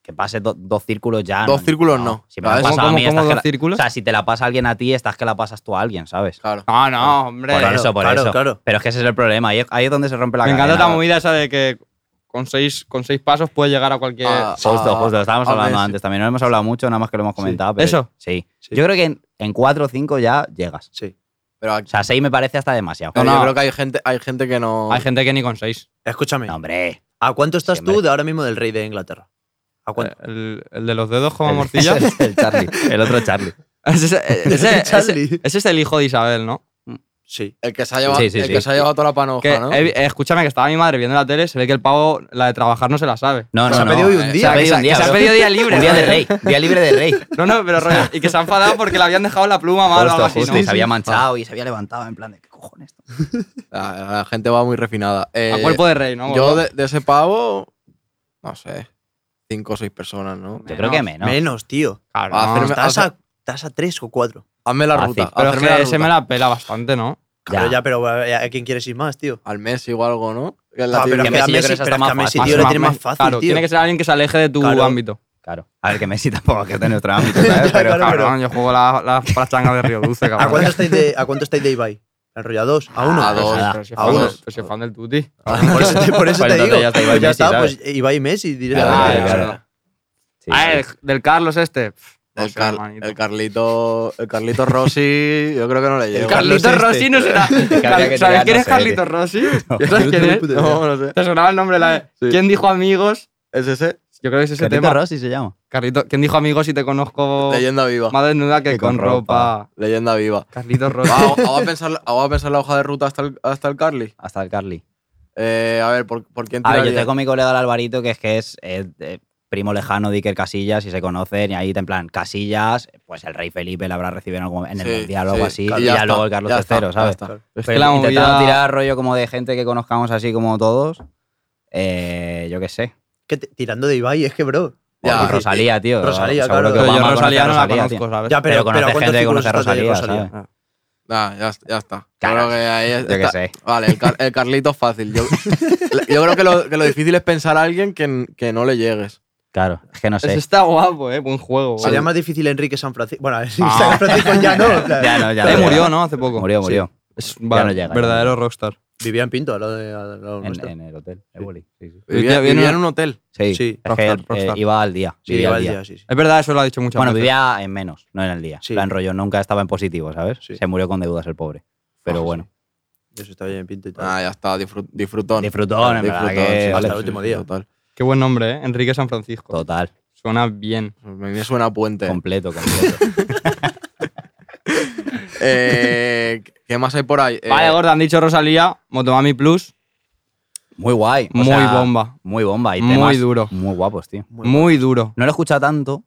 Speaker 4: que pase do- dos círculos ya.
Speaker 2: Dos círculos no.
Speaker 4: Si me la
Speaker 2: ¿Sabes?
Speaker 4: pasa a
Speaker 3: ¿Cómo-
Speaker 4: mí,
Speaker 3: cómo
Speaker 4: estás
Speaker 3: dos
Speaker 4: que la-
Speaker 3: círculos?
Speaker 4: O sea, si te la pasa alguien a ti, estás que la pasas tú a alguien, ¿sabes?
Speaker 2: Claro.
Speaker 3: No, no, hombre.
Speaker 4: Por
Speaker 5: Claro,
Speaker 4: eso, por
Speaker 5: claro,
Speaker 4: eso.
Speaker 5: claro.
Speaker 4: Pero es que ese es el problema. Ahí es, ahí es donde se rompe la
Speaker 3: Me
Speaker 4: cadena.
Speaker 3: encanta esta movida esa de que con seis, con seis pasos puedes llegar a cualquier.
Speaker 2: Ah,
Speaker 4: Justo,
Speaker 2: ah,
Speaker 4: justo. Estábamos
Speaker 2: ah,
Speaker 4: hablando
Speaker 2: Messi.
Speaker 4: antes también. No hemos hablado mucho, nada más que lo hemos comentado. pero-
Speaker 3: ¿Eso?
Speaker 4: Sí.
Speaker 5: Sí.
Speaker 4: Yo creo que en, en cuatro o cinco ya llegas.
Speaker 5: Sí.
Speaker 2: Pero
Speaker 4: O
Speaker 2: aquí-
Speaker 4: sea, seis me parece hasta demasiado.
Speaker 2: pero
Speaker 3: no,
Speaker 2: yo
Speaker 3: no.
Speaker 2: creo que hay gente, hay gente que
Speaker 5: oh.
Speaker 2: no...
Speaker 3: Hay gente que ni con seis.
Speaker 5: Escúchame,
Speaker 4: No, hombre. Eh,
Speaker 5: ¿a cuánto estás
Speaker 4: Siempre.
Speaker 5: tú de ahora mismo del rey de Inglaterra? ¿A cuánto?
Speaker 3: El, el de los dedos como morcilla.
Speaker 4: El, el Charlie. El otro Charlie.
Speaker 3: ese, ese- ese-
Speaker 5: Charlie.
Speaker 3: ese es el hijo de Isabel, ¿no?
Speaker 5: Sí.
Speaker 2: El que se ha llevado,
Speaker 4: Sí, sí,
Speaker 2: el
Speaker 4: sí.
Speaker 2: Que se ha llevado toda la panoja,
Speaker 3: Que,
Speaker 2: ¿no?
Speaker 3: eh, escúchame, que estaba mi madre viendo la tele, se ve que el pavo la de trabajar no se la sabe.
Speaker 4: No, no,
Speaker 5: se ha
Speaker 4: no.
Speaker 5: pedido hoy un
Speaker 4: Se
Speaker 5: día.
Speaker 4: ha pedido un día,
Speaker 3: se ha
Speaker 4: bro.
Speaker 3: pedido día libre.
Speaker 4: Un día de rey. Día libre de rey.
Speaker 3: No, no, pero rollo, y que se ha enfadado porque le habían dejado la pluma mal o algo
Speaker 4: Justo,
Speaker 3: así,
Speaker 4: justo.
Speaker 3: ¿no?
Speaker 4: Y se había manchado y se había levantado en plan de, ¿qué cojones?
Speaker 2: La, la gente va muy refinada. Eh,
Speaker 3: A cuerpo de rey, ¿no?
Speaker 2: yo
Speaker 3: Boludo?
Speaker 2: de, de ese pavo, no sé, cinco o seis personas, ¿no?
Speaker 4: Yo creo que menos.
Speaker 5: Menos, tío.
Speaker 3: Claro,
Speaker 2: Ah,
Speaker 3: no,
Speaker 2: hacerme-
Speaker 5: Estás
Speaker 2: hace-
Speaker 5: a, estás a tres o cuatro.
Speaker 2: Hazme la
Speaker 4: Fácil.
Speaker 2: ruta.
Speaker 3: Pero es
Speaker 2: hacerme
Speaker 3: que
Speaker 2: la
Speaker 3: ese
Speaker 2: ruta.
Speaker 3: me la pela bastante, ¿no?
Speaker 5: Claro,
Speaker 4: Ya.
Speaker 5: ya, pero eh, ¿a a quién quieres ir más, tío?
Speaker 2: Al Messi o algo, ¿no? Que es la
Speaker 5: Ah,
Speaker 2: típica-
Speaker 5: pero es
Speaker 4: que
Speaker 5: que a
Speaker 4: Messi yo creo que
Speaker 5: Messi, pero
Speaker 4: esa está
Speaker 5: es que a
Speaker 4: más
Speaker 5: Messi,
Speaker 4: fácil.
Speaker 5: tío,
Speaker 4: Más-
Speaker 5: le tiene más fácil,
Speaker 3: claro,
Speaker 5: tío.
Speaker 3: tiene que ser alguien que se aleje de tu
Speaker 5: Claro.
Speaker 3: ámbito.
Speaker 4: Claro. A ver, que Messi tampoco es que de nuestro ámbito, ¿sabes?
Speaker 5: Ya,
Speaker 4: Pero
Speaker 5: claro,
Speaker 3: Cabrón,
Speaker 5: pero-
Speaker 3: yo juego la- las pachangas de Río Dulce,
Speaker 5: ¿A
Speaker 3: cabrón.
Speaker 5: cuánto estáis de, ¿A cuánto estáis de Ibai? ¿Al rollo a dos? ¿A uno?
Speaker 2: A dos.
Speaker 4: nada.
Speaker 3: Pero si es
Speaker 5: A
Speaker 3: fan
Speaker 5: uno.
Speaker 3: del- pero si es fan del Tuti.
Speaker 5: Por eso te, por eso
Speaker 4: Pues
Speaker 5: te
Speaker 4: entonces
Speaker 5: digo.
Speaker 4: ya está Ibai
Speaker 5: Pues ya
Speaker 4: Messi,
Speaker 5: está,
Speaker 4: ¿sabes?
Speaker 5: pues Ibai Messi
Speaker 2: Claro,
Speaker 5: directamente.
Speaker 2: claro,
Speaker 5: O sea,
Speaker 2: claro.
Speaker 4: Sí,
Speaker 3: Ah, el- del Carlos este. No
Speaker 2: El,
Speaker 3: sé,
Speaker 2: Car-
Speaker 3: hermanito.
Speaker 2: el Carlito, el Carlito Rossi, yo creo que no le llega.
Speaker 5: Carli-
Speaker 3: Carlitos
Speaker 5: Carlos
Speaker 3: Rossi
Speaker 5: este.
Speaker 3: no será.
Speaker 4: que habría que
Speaker 3: ¿Sabes
Speaker 4: tirar,
Speaker 3: quién
Speaker 4: no
Speaker 3: es
Speaker 4: sé,
Speaker 3: Carlitos Rossi?
Speaker 5: yo
Speaker 3: ¿Sabes
Speaker 5: no
Speaker 3: quién
Speaker 5: tengo
Speaker 3: es?
Speaker 5: puta idea.
Speaker 2: No, no sé.
Speaker 3: Te sonaba el nombre. La...
Speaker 2: Sí.
Speaker 3: ¿Quién dijo amigos?
Speaker 2: ¿Es ese?
Speaker 3: Yo creo que es ese
Speaker 4: Carlito
Speaker 3: tema.
Speaker 4: Rossi se llama.
Speaker 3: Carlito, ¿Quién dijo amigos y te conozco
Speaker 2: Leyenda viva.
Speaker 3: más desnuda que,
Speaker 4: Que
Speaker 3: con,
Speaker 4: con
Speaker 3: ropa?
Speaker 2: Leyenda viva.
Speaker 3: Carlitos Rossi.
Speaker 2: Ah, Vamos a pensar, vamos a pensar la hoja de ruta hasta el, hasta el Carly.
Speaker 4: Hasta el Carly.
Speaker 2: Eh, a ver, ¿por, por quién
Speaker 4: A ver, yo
Speaker 2: tiraría?
Speaker 4: estoy con mi colega el Alvarito, que es que es eh, eh, primo lejano de Iker Casillas y se conocen. Y ahí, en plan, Casillas, pues el rey Felipe la habrá recibido en, algún- en el
Speaker 2: Sí,
Speaker 4: Mundial o algo
Speaker 2: sí,
Speaker 4: así.
Speaker 2: claro,
Speaker 4: y
Speaker 2: ya
Speaker 4: ya,
Speaker 2: está,
Speaker 4: luego el Carlos
Speaker 2: ya
Speaker 4: III,
Speaker 2: está, ya
Speaker 4: ¿sabes?
Speaker 2: está.
Speaker 3: Es
Speaker 4: Pero
Speaker 3: que la
Speaker 4: intentando
Speaker 3: movida-
Speaker 4: tirar rollo como de gente que conozcamos así como todos. eh, yo qué sé.
Speaker 5: que te- tirando de Ibai es que, bro.
Speaker 2: Ya,
Speaker 4: O
Speaker 5: es decir,
Speaker 4: Rosalía, tío.
Speaker 5: Rosalía,
Speaker 4: Seguro
Speaker 5: claro.
Speaker 4: que
Speaker 3: Pero
Speaker 4: Obama
Speaker 3: yo
Speaker 4: conoce a
Speaker 3: Rosalía no la
Speaker 4: Rosalía, tío.
Speaker 3: conozco, ¿sabes?
Speaker 5: Ya, Ah, pero,
Speaker 4: Pero,
Speaker 5: pero,
Speaker 4: conoce
Speaker 5: ¿cuántos
Speaker 4: gente que
Speaker 5: círculos
Speaker 4: conoce a
Speaker 5: estás de
Speaker 4: Rosalía, ¿sabes?
Speaker 2: Ah, ya, ya está. Yo
Speaker 4: Claro,
Speaker 2: creo que ahí
Speaker 4: Yo qué
Speaker 2: está-
Speaker 4: sé.
Speaker 2: Vale, el, Car- el Carlito es fácil. Yo, yo creo que lo, que lo difícil es pensar a alguien que, n- que no le llegues.
Speaker 4: Claro, es que no
Speaker 3: Ese
Speaker 4: sé.
Speaker 3: está guapo, eh. Buen juego. boludo.
Speaker 5: Sería más difícil Enrique San Francisco. Bueno, Enrique San Francisco ya no. o sea,
Speaker 4: Ah. Ya no, ya
Speaker 3: Eh,
Speaker 4: no.
Speaker 3: murió, ¿no? Hace poco.
Speaker 4: Murió, murió.
Speaker 3: Es va-
Speaker 4: no llega, ya
Speaker 3: verdadero rockstar.
Speaker 5: Vivía en Pinto, al lado de. al lado nuestro.
Speaker 4: En, en el hotel. Evoli, Sí, sí.
Speaker 2: Vivía,
Speaker 3: Vivía-
Speaker 2: vivía
Speaker 3: vivía-
Speaker 2: en un hotel.
Speaker 4: Sí,
Speaker 5: Sí,
Speaker 4: es que,
Speaker 3: rockstar,
Speaker 4: eh,
Speaker 3: rockstar.
Speaker 4: iba al día.
Speaker 5: Sí,
Speaker 4: vivía
Speaker 5: iba
Speaker 4: al
Speaker 5: al
Speaker 4: día.
Speaker 5: día, sí, sí.
Speaker 3: Es verdad, eso lo ha dicho muchas
Speaker 4: Bueno,
Speaker 3: veces.
Speaker 4: vivía en menos, no en el día.
Speaker 5: Sí.
Speaker 4: En plan rollo, nunca estaba en positivo, ¿sabes?
Speaker 5: Sí.
Speaker 4: Se murió con deudas el pobre. Pero
Speaker 5: Ah,
Speaker 4: bueno,
Speaker 5: Eso estaba bien en Pinto y tal.
Speaker 2: Ah, ya está, disfrut, disfrutón.
Speaker 4: Disfrutón, en verdad que-
Speaker 5: hasta el último día.
Speaker 2: Total.
Speaker 3: Qué buen nombre, eh. Enrique San Francisco.
Speaker 4: total,
Speaker 3: Suena bien.
Speaker 2: A mí me suena a puente.
Speaker 4: completo, completo.
Speaker 2: Eh, ¿Qué más hay por ahí? Eh,
Speaker 3: Vale, gorda, han dicho Rosalía, Motomami Plus,
Speaker 4: muy guay. o
Speaker 3: Muy
Speaker 4: sea,
Speaker 3: bomba.
Speaker 4: Muy bomba. Y
Speaker 3: Muy
Speaker 4: temas
Speaker 3: duro.
Speaker 4: Muy guapos, tío.
Speaker 3: muy,
Speaker 5: Muy
Speaker 3: duro.
Speaker 4: No lo he escuchado tanto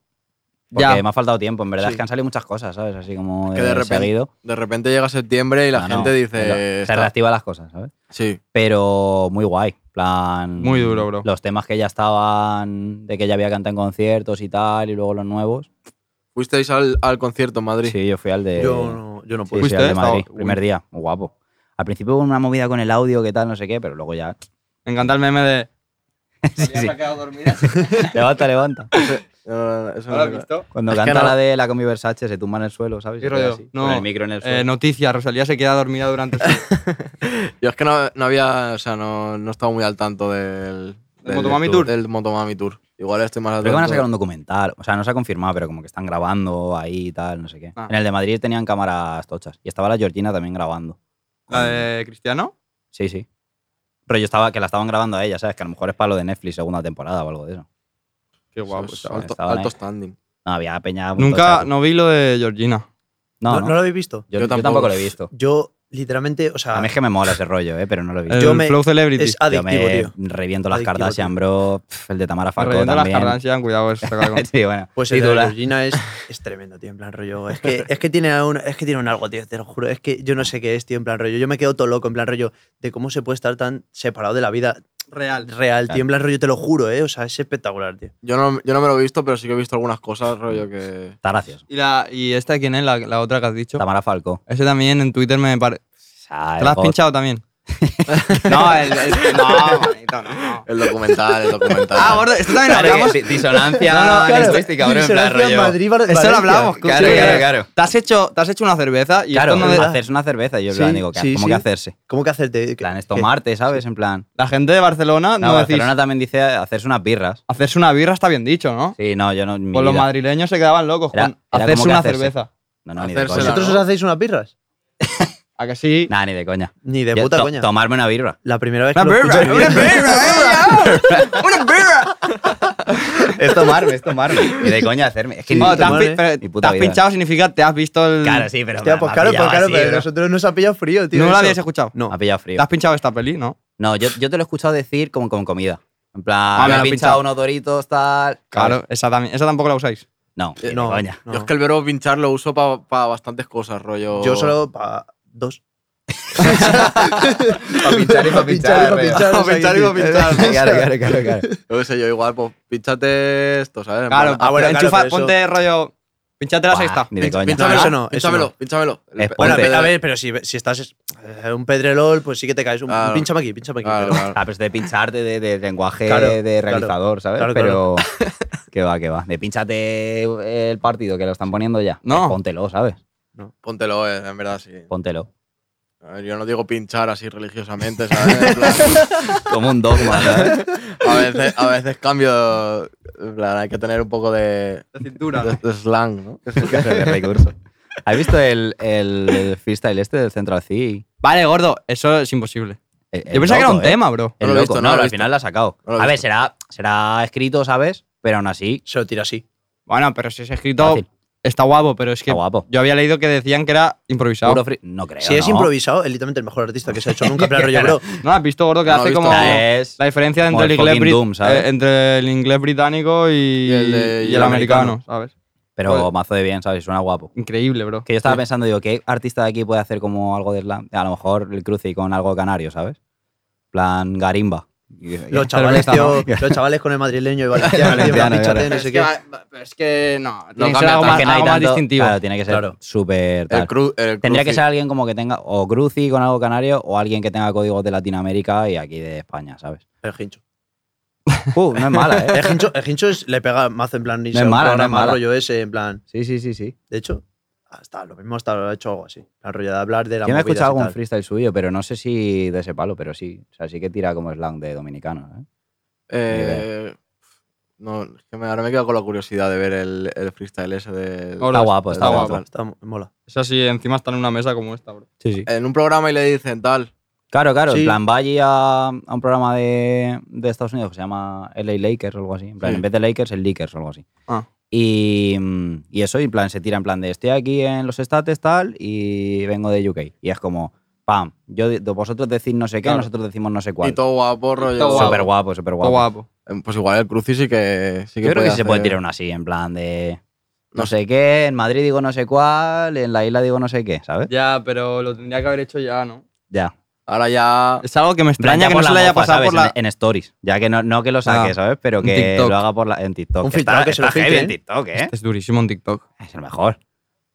Speaker 4: porque
Speaker 3: Ya.
Speaker 4: me ha faltado tiempo. En verdad
Speaker 5: Sí.
Speaker 4: es que han salido muchas cosas, ¿sabes? Así como
Speaker 2: que de repente,
Speaker 4: eh, seguido.
Speaker 2: de repente llega septiembre y la
Speaker 4: No, no,
Speaker 2: gente
Speaker 4: pero
Speaker 2: dice.
Speaker 4: Se
Speaker 2: está-
Speaker 4: reactivan las cosas, ¿sabes?
Speaker 2: Sí,
Speaker 4: pero muy guay. plan
Speaker 3: Muy duro, bro.
Speaker 4: Los temas que ya estaban, de que ya había cantado en conciertos y tal, y luego los nuevos.
Speaker 2: fuisteis al, al concierto en Madrid. Eh,
Speaker 4: Sí, yo fui al de.
Speaker 5: Yo no, yo no
Speaker 4: sí,
Speaker 5: puedo.
Speaker 4: sí,
Speaker 3: ¿Fuiste?
Speaker 4: al de
Speaker 3: Estaba-
Speaker 4: Madrid,
Speaker 3: Uy.
Speaker 4: primer día, muy guapo. Al principio hubo una movida con el audio, que tal, no sé qué, pero luego ya.
Speaker 3: Me encanta el meme de.
Speaker 4: Sí, sí. levanta, levanta.
Speaker 2: No, no, no, eso
Speaker 3: ¿No lo has
Speaker 2: no-
Speaker 3: visto?
Speaker 4: Cuando
Speaker 2: Es que
Speaker 4: canta
Speaker 2: no.
Speaker 4: la de la comi Versace, se tumba en el suelo, ¿sabes?
Speaker 3: Sí,
Speaker 4: Se queda
Speaker 3: rollo.
Speaker 4: así,
Speaker 3: No,
Speaker 4: Con el micro en el suelo.
Speaker 3: Eh, noticia, Rosalía se queda dormida durante su...
Speaker 2: Yo es que no, no había, o sea, no, no estaba muy al tanto del,
Speaker 3: Motomami Tour?
Speaker 2: Del Motomami Tour. Igual estoy más al
Speaker 4: Creo
Speaker 2: tanto.
Speaker 4: que van a sacar un documental, o sea, no se ha confirmado, pero como que están grabando ahí y tal, no sé qué.
Speaker 3: Ah.
Speaker 4: En el de Madrid tenían cámaras tochas y estaba la Georgina también grabando.
Speaker 3: La de Cristiano.
Speaker 4: Sí, sí. Pero yo estaba, que la estaban grabando a ella, ¿sabes? Que a lo mejor es para lo de Netflix, segunda temporada o algo de eso.
Speaker 3: Qué guapo,
Speaker 2: Eso es
Speaker 3: chaval.
Speaker 2: alto,
Speaker 4: Estaban
Speaker 2: alto
Speaker 4: ahí.
Speaker 2: standing.
Speaker 4: No, había peña.
Speaker 3: Nunca,
Speaker 4: No,
Speaker 3: no vi lo de Georgina.
Speaker 4: no,
Speaker 5: ¿No, no lo habéis visto?
Speaker 4: Yo,
Speaker 2: Yo
Speaker 4: yo tampoco.
Speaker 2: tampoco.
Speaker 4: lo he visto.
Speaker 5: Yo literalmente, o sea,
Speaker 4: A mí es que me mola ese rollo, eh, pero no lo he visto.
Speaker 3: El
Speaker 5: Yo me-
Speaker 3: Flow Celebrity.
Speaker 5: es
Speaker 4: Yo
Speaker 5: adictivo,
Speaker 4: me
Speaker 5: tío.
Speaker 4: reviento las
Speaker 5: Adictivo,
Speaker 4: Kardashian,
Speaker 5: tío.
Speaker 4: bro. Pf, El de Tamara Falcó
Speaker 3: Arrollando las
Speaker 4: también.
Speaker 3: Kardashian, cuidado, se acaba con-
Speaker 4: sí, bueno.
Speaker 5: Pues el de
Speaker 4: Ídola.
Speaker 5: la Georgina es, es tremendo, tío, en plan rollo. Es que, es, que tiene un, es que tiene un algo, tío, te lo juro. Es que yo no sé qué es, tío, en plan rollo. Yo me quedo todo loco, en plan rollo, de cómo se puede estar tan separado de la vida
Speaker 3: Real.
Speaker 5: real,
Speaker 4: Claro.
Speaker 5: tío, en plan rollo, te lo juro, ¿eh? O sea, es espectacular, tío.
Speaker 2: Yo no, yo no me lo he visto, pero sí que he visto algunas cosas, rollo que.
Speaker 4: Está gracioso.
Speaker 3: ¿Y, la, ¿Y esta quién es? La, la otra que has dicho.
Speaker 4: Tamara Falco.
Speaker 3: Ese también en Twitter me parece. ¿Te la has pinchado también? no, el, el- No, manito, no.
Speaker 2: El documental, el documental.
Speaker 3: Ah, gordo, esto también lo hablamos.
Speaker 4: Disonancia
Speaker 3: No, no, claro.
Speaker 4: lingüística, bro. En plan,
Speaker 5: Disonancia
Speaker 4: rollo.
Speaker 5: Madrid, Val-
Speaker 3: Esto lo
Speaker 5: Valencia.
Speaker 3: hablamos. escucha,
Speaker 4: Claro,
Speaker 3: que-
Speaker 4: claro, claro.
Speaker 3: Te has hecho, te has hecho una cerveza y
Speaker 4: Claro,
Speaker 3: esto no de-
Speaker 4: hacerse una cerveza, yo en
Speaker 5: Sí,
Speaker 4: plan digo, ¿qué-
Speaker 5: sí,
Speaker 4: ¿cómo
Speaker 5: sí.
Speaker 4: que hacerse? En
Speaker 5: ¿Cómo que hacerte? ¿Qué-
Speaker 4: plan, es
Speaker 5: qué?
Speaker 4: tomarte, ¿sabes? En plan.
Speaker 3: La gente de Barcelona
Speaker 4: No,
Speaker 3: no, decís.
Speaker 4: Barcelona también dice hacerse unas birras.
Speaker 3: Hacerse una birra está bien dicho, ¿no?
Speaker 4: Sí, no, yo no. mi
Speaker 3: Pues los
Speaker 4: vida.
Speaker 3: madrileños se quedaban locos
Speaker 4: Era-
Speaker 3: con
Speaker 4: era
Speaker 3: hacerse
Speaker 4: como que
Speaker 3: una
Speaker 4: hacerse.
Speaker 3: cerveza.
Speaker 4: No, no, ni de
Speaker 2: Hacerse
Speaker 4: coña.
Speaker 2: la-
Speaker 5: ¿Vosotros
Speaker 2: ¿no?
Speaker 5: os hacéis unas birras?
Speaker 3: ¿a que sí?
Speaker 4: Nah, ni de coña.
Speaker 5: Ni de
Speaker 4: Yo
Speaker 5: puta
Speaker 4: to-
Speaker 5: coña.
Speaker 4: Tomarme una birra.
Speaker 5: La primera vez que
Speaker 3: Una
Speaker 5: lo
Speaker 3: birra,
Speaker 5: escucho
Speaker 3: una
Speaker 5: en mi vida.
Speaker 3: birra, eh, una birra.
Speaker 4: Es tomarme, es tomarme. Ni de coña hacerme. Es que ni-
Speaker 3: Bueno, te has,
Speaker 5: madre.
Speaker 3: pi- pero
Speaker 4: Ni
Speaker 3: te
Speaker 4: puta
Speaker 3: has
Speaker 4: vida.
Speaker 3: pinchado significa te has visto el.
Speaker 4: Claro, sí, pero.
Speaker 5: Hostia,
Speaker 4: me-
Speaker 5: pues
Speaker 4: me ha
Speaker 5: claro, pues
Speaker 4: pillado
Speaker 5: claro,
Speaker 4: así,
Speaker 5: pero
Speaker 4: bro.
Speaker 5: nosotros nos ha pillado frío, tío.
Speaker 3: no lo
Speaker 5: eso.
Speaker 3: habías escuchado.
Speaker 5: No.
Speaker 4: Me ha pillado
Speaker 3: Te
Speaker 4: frío.
Speaker 3: has pinchado esta peli, ¿no?
Speaker 4: No, yo, yo te lo he escuchado decir como con comida. En plan,
Speaker 3: Ah,
Speaker 4: me
Speaker 3: me
Speaker 4: he
Speaker 3: lo
Speaker 4: pinchado,
Speaker 3: he pinchado.
Speaker 4: unos doritos, tal.
Speaker 3: Claro, esa, también, esa tampoco la usáis.
Speaker 4: No, ni de
Speaker 5: No,
Speaker 4: coña.
Speaker 5: no.
Speaker 2: Yo es que el verbo pinchar lo uso para bastantes cosas, rollo.
Speaker 5: Yo solo para dos.
Speaker 4: Para pinchar y para
Speaker 5: Pa' pinchar y
Speaker 4: pinchar.
Speaker 5: pa'
Speaker 4: pero-
Speaker 5: pinchar, o sea, que sí.
Speaker 4: Claro, claro, claro, claro.
Speaker 2: Yo qué sé, yo igual, pues pinchate esto, ¿sabes? En
Speaker 3: Claro,
Speaker 2: plan,
Speaker 5: ah, bueno, claro,
Speaker 3: enchufa,
Speaker 5: pero eso-
Speaker 3: ponte rollo. Pinchate la
Speaker 4: Buah,
Speaker 3: sexta.
Speaker 4: Ni de
Speaker 2: pincha-
Speaker 4: coña. Ah,
Speaker 2: Pinchámelo,
Speaker 5: No, eso no, eso
Speaker 2: pinchámelo,
Speaker 5: no.
Speaker 2: pinchámelo.
Speaker 4: Es
Speaker 2: Pe-
Speaker 5: Bueno, a
Speaker 4: Ponte.
Speaker 5: ver, a ver, pero si, si estás eh, un pedrelol, pues sí que te caes. Un,
Speaker 2: Claro.
Speaker 5: Pínchame aquí, pínchame aquí.
Speaker 2: Claro,
Speaker 5: pero-
Speaker 2: claro.
Speaker 4: Ah, pero es de pinchar de, de- de lenguaje
Speaker 5: Claro,
Speaker 4: de
Speaker 5: claro.
Speaker 4: realizador, ¿sabes?
Speaker 5: Claro,
Speaker 4: pero. Que va, que va. De pinchate el partido que lo están poniendo ya.
Speaker 3: No.
Speaker 4: Eh, Póntelo, ¿sabes?
Speaker 2: Póntelo, eh, en verdad, sí.
Speaker 4: Póntelo.
Speaker 2: A ver, yo no digo pinchar así religiosamente, ¿sabes? En plan,
Speaker 4: Como un dogma, ¿sabes?
Speaker 2: a, veces, a veces cambio. En plan, hay que tener un poco de,
Speaker 3: La cintura.
Speaker 2: de- de slang, ¿no?
Speaker 4: De recurso. ¿Has visto el, el, el freestyle este del Central C?
Speaker 3: Vale, gordo, eso es imposible. Yo pensaba que era un tema, bro.
Speaker 2: No
Speaker 4: El
Speaker 2: lo he
Speaker 4: loco, ¿eh?
Speaker 2: visto,
Speaker 4: no,
Speaker 2: no lo he
Speaker 4: al
Speaker 2: visto.
Speaker 4: final la ha sacado.
Speaker 2: No lo he
Speaker 4: a ver,
Speaker 2: visto.
Speaker 4: será, será escrito, ¿sabes? Pero aún así,
Speaker 5: Se lo tira así.
Speaker 3: Bueno, pero si es escrito,
Speaker 4: Fácil.
Speaker 3: está guapo, pero es que
Speaker 4: está guapo.
Speaker 3: yo había leído que decían que era improvisado.
Speaker 4: Puro free- No creo.
Speaker 5: si es
Speaker 4: no.
Speaker 5: improvisado, es literalmente el mejor artista que se ha hecho nunca. En plan, rollo, bro,
Speaker 3: ¿No has visto, gordo, que
Speaker 2: No lo he
Speaker 3: hace
Speaker 2: visto,
Speaker 3: como la,
Speaker 4: Ya es.
Speaker 3: diferencia
Speaker 4: Eh, Como
Speaker 3: entre el,
Speaker 4: el
Speaker 3: inglés
Speaker 4: fucking
Speaker 3: bri-
Speaker 4: Doom, ¿sabes?
Speaker 3: eh, entre el inglés británico y,
Speaker 2: Y el de-
Speaker 3: y
Speaker 2: y
Speaker 3: el
Speaker 2: el
Speaker 3: americano,
Speaker 2: americano.
Speaker 3: ¿sabes?
Speaker 4: Pero
Speaker 3: Joder.
Speaker 4: mazo de bien, ¿sabes? Suena guapo.
Speaker 3: Increíble, bro.
Speaker 4: Que yo estaba pensando, digo, ¿qué artista de aquí puede hacer como algo de slam? A lo mejor el cruce con algo canario, ¿sabes? plan garimba.
Speaker 5: los chavales,
Speaker 3: cerveza, ¿no?
Speaker 5: tío, los chavales con el madrileño y valenciano, tío,
Speaker 4: Valenciano,
Speaker 5: pínchate, no
Speaker 3: Es
Speaker 5: sé
Speaker 3: que,
Speaker 5: qué.
Speaker 3: va- pero es que no,
Speaker 2: No
Speaker 3: tiene que ser
Speaker 2: cambia
Speaker 3: algo
Speaker 2: tanto,
Speaker 3: más,
Speaker 4: que no hay
Speaker 3: algo más
Speaker 4: tanto-
Speaker 3: distintivo.
Speaker 4: Claro, tiene que ser
Speaker 5: Claro.
Speaker 4: súper tal.
Speaker 2: El cru, el
Speaker 4: Tendría que
Speaker 2: cruci.
Speaker 4: ser alguien como que tenga o cruci con algo canario o alguien que tenga códigos de Latinoamérica y aquí de España, ¿sabes?
Speaker 5: El hincho.
Speaker 4: Uh, no es mala, ¿eh?
Speaker 5: El hincho, el hincho es- le pega más en plan.
Speaker 4: No es mala, no es mala.
Speaker 5: rollo ese, en plan.
Speaker 4: Sí, sí, sí, sí.
Speaker 5: De hecho, hasta lo mismo hasta lo ha hecho algo así. El rollo de hablar de la
Speaker 4: Yo me he
Speaker 5: movidas
Speaker 4: escuchado
Speaker 5: y
Speaker 4: algún
Speaker 5: tal.
Speaker 4: freestyle suyo, pero no sé si de ese palo, pero sí. O sea, sí que tira como slang de dominicano, ¿eh?
Speaker 2: Eh, no, es que me- ahora me quedo con la curiosidad de ver el, el freestyle ese del.
Speaker 3: Hola.
Speaker 4: Está guapo,
Speaker 2: está
Speaker 4: está
Speaker 2: guapo.
Speaker 4: guapo.
Speaker 5: Está mo- mola.
Speaker 3: Es así, encima está en una mesa como esta, bro.
Speaker 4: Sí, sí.
Speaker 2: En un programa y le dicen tal.
Speaker 4: Claro, claro. En
Speaker 5: Sí.
Speaker 4: plan, va allí a, a un programa de, de Estados Unidos que se llama LA Lakers o algo así. En plan,
Speaker 2: Sí.
Speaker 4: en vez de Lakers, el Lakers o algo así.
Speaker 3: Ah.
Speaker 4: Y, mm, y eso, y en plan, se tira en plan de estoy aquí en los estates tal y vengo de UK. Y es como, pam, yo, de- vosotros decís no sé qué,
Speaker 3: Claro.
Speaker 4: nosotros decimos no sé
Speaker 2: Y
Speaker 4: cuál.
Speaker 2: todo guapo, rollo.
Speaker 3: todo guapo.
Speaker 4: Súper guapo, súper
Speaker 3: Guapo.
Speaker 4: guapo.
Speaker 3: guapo.
Speaker 2: Eh, Pues igual el cruci sí que. Sí que
Speaker 4: Yo creo que
Speaker 2: puede
Speaker 4: sí se puede
Speaker 2: hacer-
Speaker 4: tirar una así, en plan de no
Speaker 2: No
Speaker 4: sé qué, en Madrid digo no sé cuál, en la isla digo no sé qué, ¿sabes?
Speaker 3: Ya, pero lo tendría que haber hecho ya, ¿no?
Speaker 4: Ya.
Speaker 2: Ahora ya.
Speaker 3: Es algo que me
Speaker 4: En plan,
Speaker 3: extraña
Speaker 4: ya
Speaker 3: que
Speaker 4: por
Speaker 3: no se
Speaker 4: la
Speaker 3: le haya
Speaker 4: mofa,
Speaker 3: pasado
Speaker 4: ¿sabes?
Speaker 3: por la.
Speaker 4: En, en stories. Ya que no, no que lo saque,
Speaker 3: Ah.
Speaker 4: ¿sabes? Pero
Speaker 3: En
Speaker 4: que
Speaker 3: TikTok.
Speaker 4: lo haga por la, en TikTok.
Speaker 5: Un
Speaker 4: que
Speaker 5: filtrado
Speaker 4: está,
Speaker 5: que se lo
Speaker 4: está heavy
Speaker 5: filtre,
Speaker 4: en
Speaker 5: ¿eh?
Speaker 4: TikTok, ¿eh?
Speaker 3: Este es durísimo en TikTok.
Speaker 4: Es el mejor.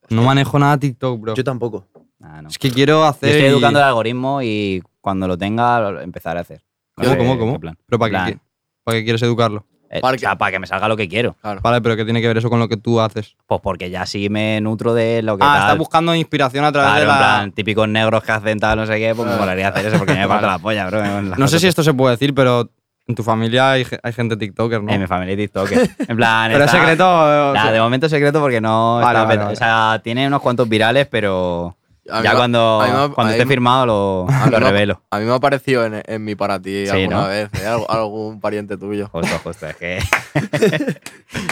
Speaker 3: No manejo nada TikTok, bro.
Speaker 5: Yo tampoco.
Speaker 4: Ah, no.
Speaker 3: Es que quiero
Speaker 4: Yo
Speaker 3: hacer.
Speaker 4: estoy
Speaker 3: y-
Speaker 4: educando el algoritmo y cuando lo tenga lo- lo empezaré a hacer. No
Speaker 3: ¿Cómo,
Speaker 4: sé
Speaker 3: cómo,
Speaker 4: qué
Speaker 3: cómo?
Speaker 4: plan.
Speaker 3: ¿Pero para
Speaker 4: Plan.
Speaker 3: qué, qui- para qué quieres educarlo?
Speaker 4: Eh,
Speaker 2: Para
Speaker 4: o sea,
Speaker 2: que-
Speaker 4: para que me salga lo que quiero.
Speaker 2: Claro.
Speaker 3: Vale, pero ¿qué tiene que ver eso con lo que tú haces?
Speaker 4: Pues porque ya sí me nutro de lo que
Speaker 3: Ah,
Speaker 4: tal.
Speaker 3: estás buscando inspiración a través
Speaker 4: Claro,
Speaker 3: de
Speaker 4: en
Speaker 3: la.
Speaker 4: plan, típicos negros que hacen tal, no sé qué, pues me molaría hacer eso porque me parte la polla, bro. en las
Speaker 3: No sé
Speaker 4: cosas.
Speaker 3: si esto se puede decir, pero en tu familia hay, ge- hay gente TikToker, ¿no?
Speaker 4: En mi familia hay TikTok. En plan,
Speaker 3: pero es
Speaker 4: está-
Speaker 3: secreto. eh, o
Speaker 4: Nah,
Speaker 3: sea,
Speaker 4: de momento es secreto porque no.
Speaker 3: Vale,
Speaker 4: está
Speaker 3: vale,
Speaker 4: pet-
Speaker 3: vale.
Speaker 4: O sea, tiene unos cuantos virales, pero.
Speaker 2: A mí
Speaker 4: ya
Speaker 2: me-
Speaker 4: cuando,
Speaker 2: a mí me-
Speaker 4: cuando
Speaker 2: a mí
Speaker 4: esté
Speaker 2: me- Ah,
Speaker 4: firmado lo,
Speaker 2: a mí
Speaker 4: lo
Speaker 2: me-
Speaker 4: revelo.
Speaker 2: A mí me ha aparecido en, en mi para ti
Speaker 4: Sí,
Speaker 2: alguna
Speaker 4: ¿no?
Speaker 2: vez, ¿eh? Algo- algún pariente tuyo.
Speaker 4: Justo, justo. Es que.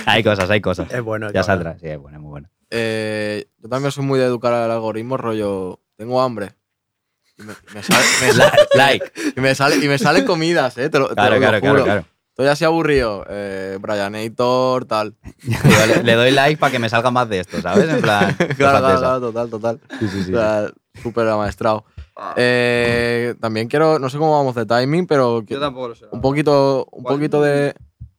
Speaker 4: hay cosas, hay cosas.
Speaker 5: Es bueno.
Speaker 4: Ya
Speaker 5: cabrón.
Speaker 4: saldrá. Sí, es bueno, es muy bueno.
Speaker 2: Eh, yo también soy muy de educar al algoritmo, rollo. Tengo hambre. Y me, me sale, me sale-
Speaker 4: Like.
Speaker 2: y me sale- y me salen comidas, ¿eh? Te lo, te
Speaker 4: Claro,
Speaker 2: lo
Speaker 4: claro,
Speaker 2: juro.
Speaker 4: claro, claro.
Speaker 2: Estoy así aburrido. Eh, Brianator, tal.
Speaker 4: Yo le, le doy like para que me salga más de esto, ¿sabes? En plan,
Speaker 2: Claro,
Speaker 4: cosas de
Speaker 2: claro,
Speaker 4: esas.
Speaker 2: claro, total, total.
Speaker 4: Sí, sí, sí, sí.
Speaker 2: O sea, súper amaestrado. Eh, también quiero, no sé cómo vamos de timing, pero que-
Speaker 3: Yo tampoco lo sé. la
Speaker 2: un
Speaker 3: verdad.
Speaker 2: poquito, un
Speaker 3: ¿Cuál?
Speaker 2: poquito de,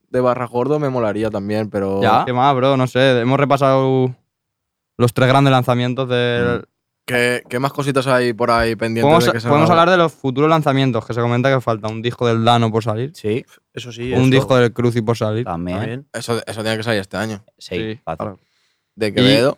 Speaker 2: de barra gordo me molaría también, pero
Speaker 3: ¿Ya? ¿Qué más, bro? No sé. Hemos repasado los tres grandes lanzamientos del.
Speaker 4: Mm,
Speaker 2: ¿qué, qué más cositas hay por ahí pendientes?
Speaker 3: Podemos,
Speaker 2: de que se
Speaker 3: podemos
Speaker 2: haga?
Speaker 3: hablar de los futuros lanzamientos, que se comenta que falta un disco del Dano por salir,
Speaker 4: Sí,
Speaker 5: Eso sí.
Speaker 3: un
Speaker 5: eso
Speaker 3: disco del Cruci por salir,
Speaker 4: también.
Speaker 5: también.
Speaker 2: Eso, eso tiene que salir este año.
Speaker 4: Sí,
Speaker 3: Sí,
Speaker 4: fácil.
Speaker 3: claro.
Speaker 2: De Quevedo.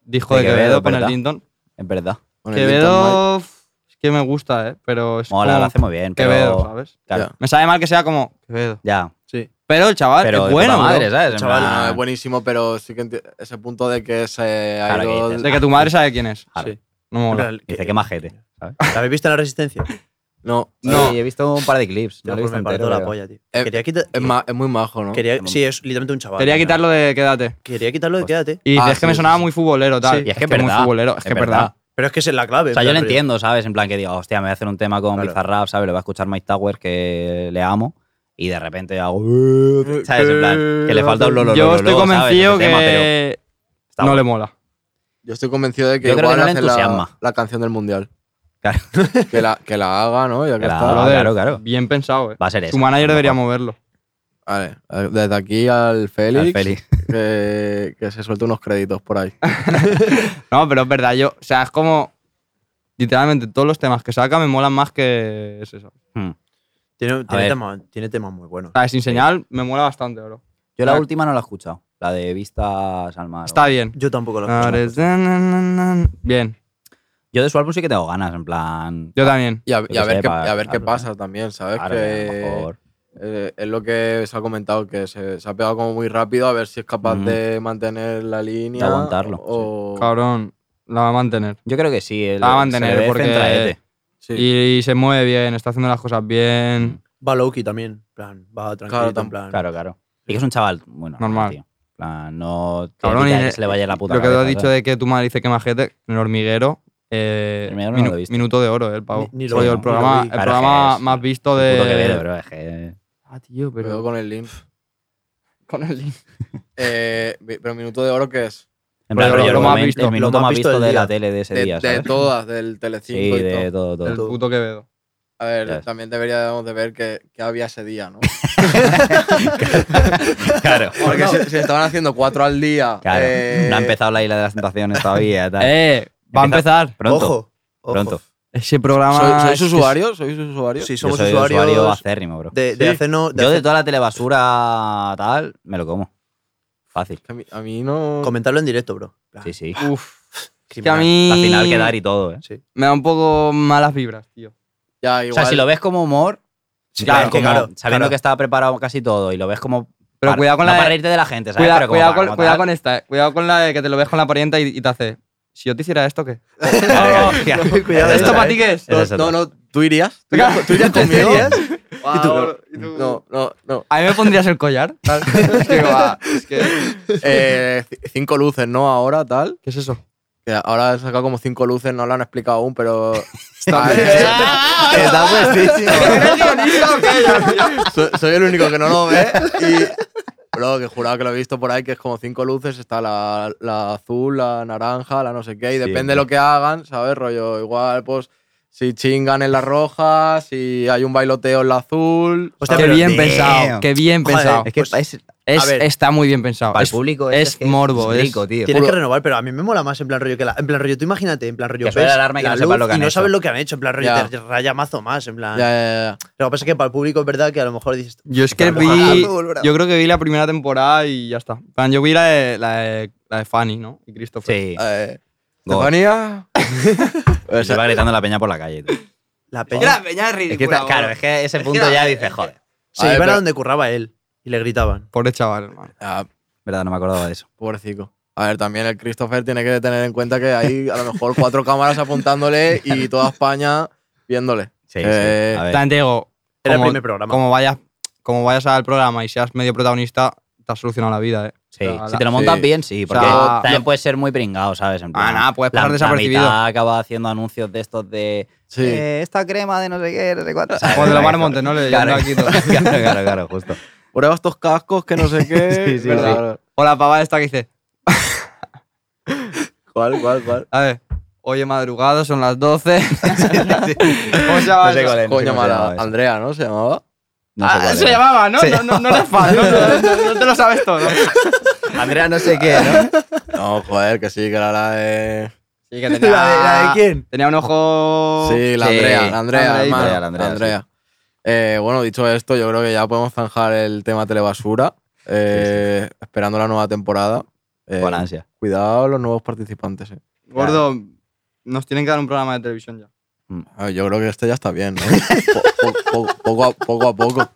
Speaker 3: disco
Speaker 4: de
Speaker 3: de, Quevedo,
Speaker 4: Quevedo,
Speaker 3: con el
Speaker 4: ¿verdad?
Speaker 3: Dinton.
Speaker 4: Es verdad.
Speaker 2: con el Linton Mike.
Speaker 3: Quevedo f- es que me gusta, ¿eh? Pero es
Speaker 4: Mola,
Speaker 3: como
Speaker 4: lo hace muy bien, pero...
Speaker 3: Quevedo, ¿sabes?
Speaker 4: Claro,
Speaker 2: Ya. Ah,
Speaker 3: Me sabe mal que sea como Quevedo.
Speaker 4: ya.
Speaker 3: Sí. Pero el chaval
Speaker 4: Pero
Speaker 3: es
Speaker 4: de
Speaker 3: bueno,
Speaker 4: puta madre,
Speaker 3: bro.
Speaker 4: ¿sabes? En
Speaker 5: Chaval,
Speaker 4: plan-
Speaker 2: No, es buenísimo, pero sí que enti- ese punto de que se ha
Speaker 4: Claro,
Speaker 2: ido-
Speaker 4: que dices,
Speaker 3: De que tu madre sabe quién es.
Speaker 4: Claro.
Speaker 3: Sí. No me mola.
Speaker 5: Real,
Speaker 4: Dice,
Speaker 5: que-
Speaker 4: qué majete. ¿sabes?
Speaker 5: ¿La habéis visto en la resistencia?
Speaker 2: No,
Speaker 4: Sí, he visto un par de clips. No
Speaker 5: Yo
Speaker 4: lo he visto
Speaker 5: me parto
Speaker 4: entero,
Speaker 5: la
Speaker 4: pero-
Speaker 5: polla, tío.
Speaker 2: Eh,
Speaker 5: quería quitar.
Speaker 2: es, ma- es muy majo, ¿no?
Speaker 5: quería, sí, es literalmente un chaval.
Speaker 3: Quería quitarlo de Quédate.
Speaker 5: Quería quitarlo de quédate.
Speaker 3: Y
Speaker 2: Ah,
Speaker 3: dices que
Speaker 2: sí,
Speaker 3: me
Speaker 2: sí,
Speaker 3: sonaba
Speaker 2: sí.
Speaker 3: muy futbolero, tal.
Speaker 5: Sí.
Speaker 4: Y es que es
Speaker 3: muy
Speaker 4: verdad.
Speaker 3: futbolero, es que es verdad.
Speaker 5: Pero es que esa es la clave.
Speaker 4: O sea, yo
Speaker 5: en
Speaker 4: lo
Speaker 5: plan, rollo.
Speaker 4: entiendo, ¿sabes? En plan que digo, hostia, me voy a hacer un tema con
Speaker 5: Claro.
Speaker 4: Bizarrap, ¿sabes? Le va a escuchar Mike Tower, que le amo. Y de repente hago... "Eh", ¿Sabes? En plan, que le falta un lolo.
Speaker 3: Yo estoy convencido que
Speaker 4: está
Speaker 3: no
Speaker 4: bueno.
Speaker 3: le mola.
Speaker 2: Yo estoy convencido de que
Speaker 4: Yo creo
Speaker 2: igual
Speaker 4: que no le
Speaker 2: hace
Speaker 4: entusiasma.
Speaker 2: la, la canción del mundial.
Speaker 4: Claro.
Speaker 2: que, la, que la haga, ¿no? Ya que
Speaker 4: Claro.
Speaker 2: está.
Speaker 3: Brother,
Speaker 4: claro, claro.
Speaker 3: Bien pensado, eh.
Speaker 4: Va a ser eso.
Speaker 3: Su manager debería
Speaker 4: Al
Speaker 3: moverlo.
Speaker 2: Vale, eh, desde aquí al Félix,
Speaker 4: Félix.
Speaker 2: Que, que se suelte unos créditos por ahí.
Speaker 3: No, pero es verdad, yo. O sea, es como. Literalmente, todos los temas que saca me molan más que es eso. O
Speaker 4: Hmm.
Speaker 5: Tiene, tiene
Speaker 4: ver.
Speaker 5: temas, tiene temas muy buenos.
Speaker 3: sea, sin señal me mola bastante, bro.
Speaker 4: Yo la
Speaker 3: Ah.
Speaker 4: última no la he escuchado. La de Vistas al Mar.
Speaker 3: Está bien.
Speaker 5: Yo tampoco lo
Speaker 3: Ahora
Speaker 5: escucho.
Speaker 3: es- na, na, na, na. Bien,
Speaker 4: Yo de su álbum sí que tengo ganas, en plan...
Speaker 3: yo también.
Speaker 2: Y a, y a
Speaker 4: que
Speaker 2: ver,
Speaker 4: sé,
Speaker 2: qué,
Speaker 4: pa-
Speaker 2: a ver qué
Speaker 4: claro,
Speaker 2: pasa también, ¿sabes?
Speaker 4: Claro, que a lo
Speaker 2: que
Speaker 4: mejor...
Speaker 2: eh, es lo que se ha comentado, que se, se ha pegado como muy rápido, a ver si es capaz
Speaker 4: Ujú.
Speaker 2: de mantener la línea.
Speaker 4: De aguantarlo,
Speaker 2: O,
Speaker 3: Cabrón, la va a mantener.
Speaker 4: Yo creo que sí. El,
Speaker 3: La va a
Speaker 4: se le
Speaker 3: mantener
Speaker 4: ve
Speaker 3: porque-
Speaker 4: centraete.
Speaker 2: sí.
Speaker 3: Y se mueve bien, está haciendo las cosas bien.
Speaker 5: Va Loki también. en plan, va tranquilo.
Speaker 2: tam-
Speaker 5: en plan.
Speaker 4: Claro, claro. Y que es un chaval, bueno,
Speaker 3: Normal.
Speaker 4: tío. En plan, no tiene
Speaker 3: Cabrón,
Speaker 4: pinta de
Speaker 3: y-
Speaker 4: que se le vaya la puta
Speaker 3: Lo que tú has
Speaker 4: cabeza,
Speaker 3: dicho
Speaker 4: ¿sabes?
Speaker 3: de que tu madre dice que majete, el hormiguero. eh,
Speaker 4: El hormiguero no lo
Speaker 3: minu-
Speaker 4: he visto.
Speaker 3: minuto de oro, eh, el pavo.
Speaker 5: Ni- ni
Speaker 4: lo
Speaker 3: Rollo,
Speaker 4: vi,
Speaker 3: el
Speaker 4: ni
Speaker 5: lo
Speaker 3: programa,
Speaker 5: vi.
Speaker 3: el
Speaker 4: Claro,
Speaker 3: programa
Speaker 4: es que es
Speaker 3: más visto
Speaker 4: El puto Quevedo,
Speaker 3: de.
Speaker 4: bro, es que-
Speaker 3: Ah, tío,
Speaker 2: Me quedo
Speaker 3: pero.
Speaker 2: con el link.
Speaker 3: Con el link.
Speaker 2: Eh, vi- pero minuto de oro, ¿qué es?
Speaker 4: En plan,
Speaker 3: Rollo,
Speaker 4: rollo,
Speaker 3: lo
Speaker 4: el
Speaker 3: más
Speaker 4: momento-
Speaker 3: visto,
Speaker 4: el minuto
Speaker 5: lo más
Speaker 4: más
Speaker 5: visto
Speaker 4: visto
Speaker 5: del
Speaker 4: de la
Speaker 5: día.
Speaker 4: tele de ese
Speaker 2: De,
Speaker 4: día,
Speaker 2: de
Speaker 4: ¿sabes?
Speaker 2: todas, del Telecinco
Speaker 4: Sí,
Speaker 2: y todo.
Speaker 4: de todo, todo.
Speaker 3: El puto Quevedo.
Speaker 2: A ver,
Speaker 4: Ya ves.
Speaker 2: también deberíamos de ver qué, qué había ese día, ¿no?
Speaker 4: Claro.
Speaker 2: Porque se, se estaban haciendo cuatro al día.
Speaker 4: Claro.
Speaker 2: eh,
Speaker 4: No ha empezado la isla de las tentaciones todavía. tal.
Speaker 3: Eh, va a
Speaker 4: Empieza-
Speaker 3: empezar.
Speaker 4: Pronto.
Speaker 5: Ojo, ojo.
Speaker 4: Pronto.
Speaker 3: Ese programa.
Speaker 2: ¿Sois,
Speaker 3: es
Speaker 2: sois
Speaker 3: que-
Speaker 2: usuarios? ¿Sois usuarios?
Speaker 5: Sí,
Speaker 4: Yo
Speaker 5: somos
Speaker 4: soy
Speaker 5: usuarios
Speaker 4: usuario acérrimo, bro.
Speaker 5: de, de
Speaker 2: Sí.
Speaker 5: hacernos- de
Speaker 4: Yo de
Speaker 5: hacer-
Speaker 4: toda la telebasura tal, me lo como. Fácil.
Speaker 2: A mí, a mí no.
Speaker 5: comentarlo en directo, bro. En plan,
Speaker 4: Sí, sí.
Speaker 3: Uf. Es que a
Speaker 5: criminal.
Speaker 3: mí.
Speaker 4: La final quedar y todo, ¿eh?
Speaker 5: Sí.
Speaker 3: Me da un poco malas vibras, tío.
Speaker 2: Ya,
Speaker 4: O
Speaker 2: igual.
Speaker 4: sea, si lo ves como humor,
Speaker 5: claro,
Speaker 4: como-
Speaker 5: claro,
Speaker 4: sabiendo
Speaker 5: claro.
Speaker 4: que está preparado casi todo y lo ves como.
Speaker 3: Pero
Speaker 4: para-
Speaker 3: cuidado con la
Speaker 4: no
Speaker 3: de-
Speaker 4: para reírte de la gente, ¿sabes?
Speaker 3: Cuida-
Speaker 4: Pero como
Speaker 3: cuidado,
Speaker 4: para-
Speaker 3: con,
Speaker 4: como
Speaker 3: cuidado
Speaker 4: tal.
Speaker 3: con esta, eh. cuidado con la de que te lo ves con la parienta y, y te hace. Si yo te hiciera esto, ¿qué?
Speaker 5: Cuidado,
Speaker 3: ¿Esto
Speaker 5: esa,
Speaker 3: para
Speaker 5: eh.
Speaker 3: ti qué es?
Speaker 4: Esa es
Speaker 2: no,
Speaker 4: otra.
Speaker 2: no, tú irías. ¿Tú irías, tú irías conmigo? No, no, no.
Speaker 3: A mí me pondrías el collar. tal. es que, va, es que-
Speaker 2: Eh, c- cinco luces, ¿no? Ahora, tal.
Speaker 3: ¿Qué es eso?
Speaker 2: Que ahora han sacado como cinco luces, no lo han explicado aún, pero. Ah,
Speaker 4: Que está puestísimo.
Speaker 2: soy, soy el único que no lo ve. Y. Bro, que juraba que lo he visto por ahí, que es como cinco luces: está la, la azul, la naranja, la no sé qué. Y depende de lo que hagan, ¿sabes? Rollo, igual, pues. Si chingan en la roja, si hay un bailoteo en la azul.
Speaker 5: Hostia,
Speaker 3: qué
Speaker 5: pero
Speaker 3: bien
Speaker 5: damn.
Speaker 3: pensado, qué bien
Speaker 5: Joder,
Speaker 3: pensado.
Speaker 4: Es que
Speaker 5: Pues,
Speaker 4: es,
Speaker 3: Es-
Speaker 5: a ver.
Speaker 3: está muy bien pensado.
Speaker 4: para el
Speaker 3: Es-
Speaker 4: público
Speaker 3: es
Speaker 4: que
Speaker 3: morbo, es-
Speaker 4: rico, tío.
Speaker 5: Tienes que
Speaker 4: Puro-
Speaker 5: renovar, pero a mí me mola más en plan rollo que la, en plan rollo, tú imagínate, en plan rollo
Speaker 4: Que suene
Speaker 5: ves
Speaker 4: la alarma y que
Speaker 5: la
Speaker 4: no sepas
Speaker 5: luz
Speaker 4: lo que han
Speaker 5: y no
Speaker 4: hecho.
Speaker 5: sabes lo que han hecho, en plan rollo
Speaker 2: Ya.
Speaker 5: te raya mazo más, en plan.
Speaker 2: Ya, ya, ya.
Speaker 5: Lo que pasa es que para el público es verdad que a lo mejor dices,
Speaker 3: Yo es que
Speaker 5: Claro, ojalá
Speaker 3: vi.
Speaker 5: me volverá.
Speaker 3: Yo creo que vi la primera temporada y ya está. En plan, Yo vi la de, la de, la de Fanny, ¿no? Y Christopher.
Speaker 4: Sí.
Speaker 2: Eh,
Speaker 4: Go.
Speaker 2: Estefanía. O
Speaker 4: Se
Speaker 2: sea,
Speaker 4: va gritando la peña por la calle. tío.
Speaker 5: la peña.
Speaker 4: Es que está- claro, es que eh, ese punto ya dices, joder.
Speaker 5: Se
Speaker 2: A ver,
Speaker 5: iban a
Speaker 2: pero-
Speaker 5: donde curraba él y le gritaban.
Speaker 3: Pobre chaval, hermano.
Speaker 2: ah,
Speaker 4: Verdad, no me acordaba de eso.
Speaker 2: pobrecito. A ver, también el Christopher tiene que tener en cuenta que hay a lo mejor cuatro cámaras apuntándole y toda España viéndole.
Speaker 4: Sí,
Speaker 2: Eh,
Speaker 4: sí. A ver.
Speaker 3: También te digo,
Speaker 5: Era el
Speaker 3: como-
Speaker 5: primer programa.
Speaker 3: como vayas, como vayas al programa y seas medio protagonista, te has solucionado la vida, ¿eh?
Speaker 4: Sí,
Speaker 3: O sea,
Speaker 4: si
Speaker 3: la-
Speaker 4: te lo montas
Speaker 2: sí.
Speaker 4: bien, sí, porque
Speaker 3: sea,
Speaker 4: también
Speaker 3: lo-
Speaker 4: puedes ser muy pringado, ¿sabes? En plan,
Speaker 3: nada, puedes
Speaker 4: la-
Speaker 3: pasar desapercibido.
Speaker 4: La mitad acaba haciendo anuncios de estos de
Speaker 2: Sí.
Speaker 4: eh, esta crema de no sé qué, no sé cuánto.
Speaker 3: O de los Marmontes, ¿no? Le-
Speaker 4: claro,
Speaker 3: le- le- le-
Speaker 4: claro, claro, claro, justo.
Speaker 2: Prueba estos cascos que no sé qué.
Speaker 4: Sí, sí,
Speaker 2: ¿verdad?
Speaker 3: O la pava esta que dice,
Speaker 2: ¿Cuál, cuál, cuál?
Speaker 3: a ver, hoy he madrugado, son las 12. ¿Cómo se llama
Speaker 4: No sé
Speaker 3: eso?
Speaker 4: cuál es, no sé
Speaker 2: Coño
Speaker 4: cómo se
Speaker 2: mala.
Speaker 4: llama eso.
Speaker 2: Andrea, ¿no? Se llamaba.
Speaker 4: No sé
Speaker 3: Ah,
Speaker 4: cuál
Speaker 3: se
Speaker 4: era.
Speaker 3: llamaba, ¿no?
Speaker 4: Se
Speaker 3: no, no, no eres fan, no, no, no- no te lo sabes todo. Sí,
Speaker 4: Andrea no sé qué, ¿no?
Speaker 2: No, joder, que sí, que era la de.
Speaker 3: que
Speaker 5: ¿La de, la de quién?
Speaker 3: Tenía un ojo...
Speaker 2: Sí, la
Speaker 4: Oh. Sí,
Speaker 2: Andrea, la Andrea,
Speaker 3: Andreita.
Speaker 2: hermano,
Speaker 4: Andrea, la Andrea,
Speaker 2: la Andrea. Eh, bueno, dicho esto, yo creo que ya podemos zanjar el tema telebasura. eh, Esperando la nueva temporada. Eh,
Speaker 4: Con ansia.
Speaker 2: cuidado los nuevos participantes. eh.
Speaker 3: Gordo, nos tienen que dar un programa de televisión ya.
Speaker 2: A ver, yo creo que este ya está bien. ¿no? Po- po- po- poco, a, poco a poco.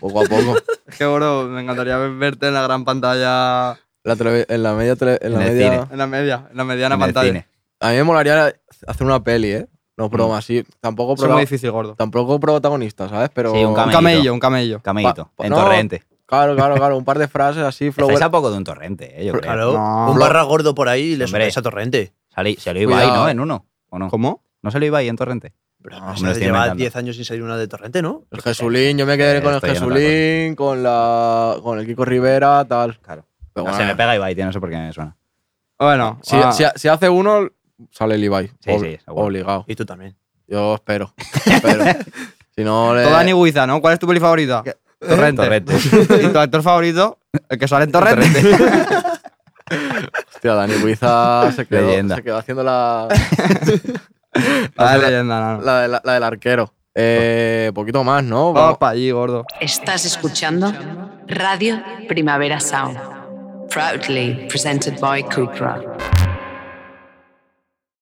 Speaker 2: Poco a poco.
Speaker 3: Es que, Gordo, me encantaría verte en la gran pantalla,
Speaker 2: La tele- en la media. tele- en la
Speaker 4: En el
Speaker 2: media
Speaker 4: cine.
Speaker 3: en la media, en la mediana
Speaker 4: En el
Speaker 3: pantalla.
Speaker 4: cine.
Speaker 2: a mí me molaría hacer una peli, ¿eh?
Speaker 4: Mm.
Speaker 2: No, broma, sí. Tampoco,
Speaker 3: Eso es muy
Speaker 2: protago-
Speaker 3: difícil, Gordo.
Speaker 2: tampoco protagonista, ¿sabes? Pero.
Speaker 4: Sí, un
Speaker 3: Un
Speaker 4: cameo.
Speaker 3: camello, un camello.
Speaker 4: Camellito,
Speaker 2: Pa- pa-
Speaker 4: en
Speaker 2: no.
Speaker 4: torrente.
Speaker 2: Claro, claro, claro. Un par de frases así, flower.
Speaker 4: Estáis a poco de un torrente, eh, yo creo.
Speaker 5: Claro,
Speaker 3: No.
Speaker 5: un barra gordo por ahí y le
Speaker 4: Hombre.
Speaker 5: subes a torrente.
Speaker 4: Salí- se lo iba ahí,
Speaker 3: Cuidado.
Speaker 4: ¿no? En uno. ¿O no?
Speaker 3: ¿Cómo?
Speaker 4: ¿No se lo iba ahí en torrente?
Speaker 5: Pero
Speaker 4: No, me lo
Speaker 5: ¿sabes?
Speaker 4: estoy
Speaker 5: lleva
Speaker 4: inventando.
Speaker 5: 10 años sin salir una de torrente, ¿no?
Speaker 2: El Jesulín, yo me quedaré
Speaker 4: Eh,
Speaker 2: con el
Speaker 4: estoy en otra
Speaker 2: Jesulín, con la con el Kiko Rivera, tal.
Speaker 4: Claro.
Speaker 2: Pero
Speaker 4: No,
Speaker 2: bueno,
Speaker 4: se me pega Ibai, tío, no sé por qué me suena.
Speaker 3: Bueno,
Speaker 2: si,
Speaker 3: ah,
Speaker 5: eh.
Speaker 2: si- si hace uno, sale el Ibai.
Speaker 4: Sí, sí, seguro.
Speaker 2: obligado.
Speaker 5: Y tú también.
Speaker 2: Yo espero. espero. Si no le.
Speaker 3: toda Dani Guiza, ¿no? ¿Cuál es tu peli favorita? Torrente.
Speaker 4: Torrente.
Speaker 3: ¿Y tu actor favorito? El que sale en Torrente.
Speaker 2: Hostia, Dani Guiza se quedó,
Speaker 4: Leyenda.
Speaker 2: se quedó haciendo la,
Speaker 3: Ah, leyenda, no, no.
Speaker 2: la, de- la- la del arquero. Eh, poquito más, ¿no?
Speaker 3: Vamos
Speaker 2: Vamos-
Speaker 3: para allí, gordo.
Speaker 1: Estás escuchando Radio Primavera Sound. Proudly presented by Cupra.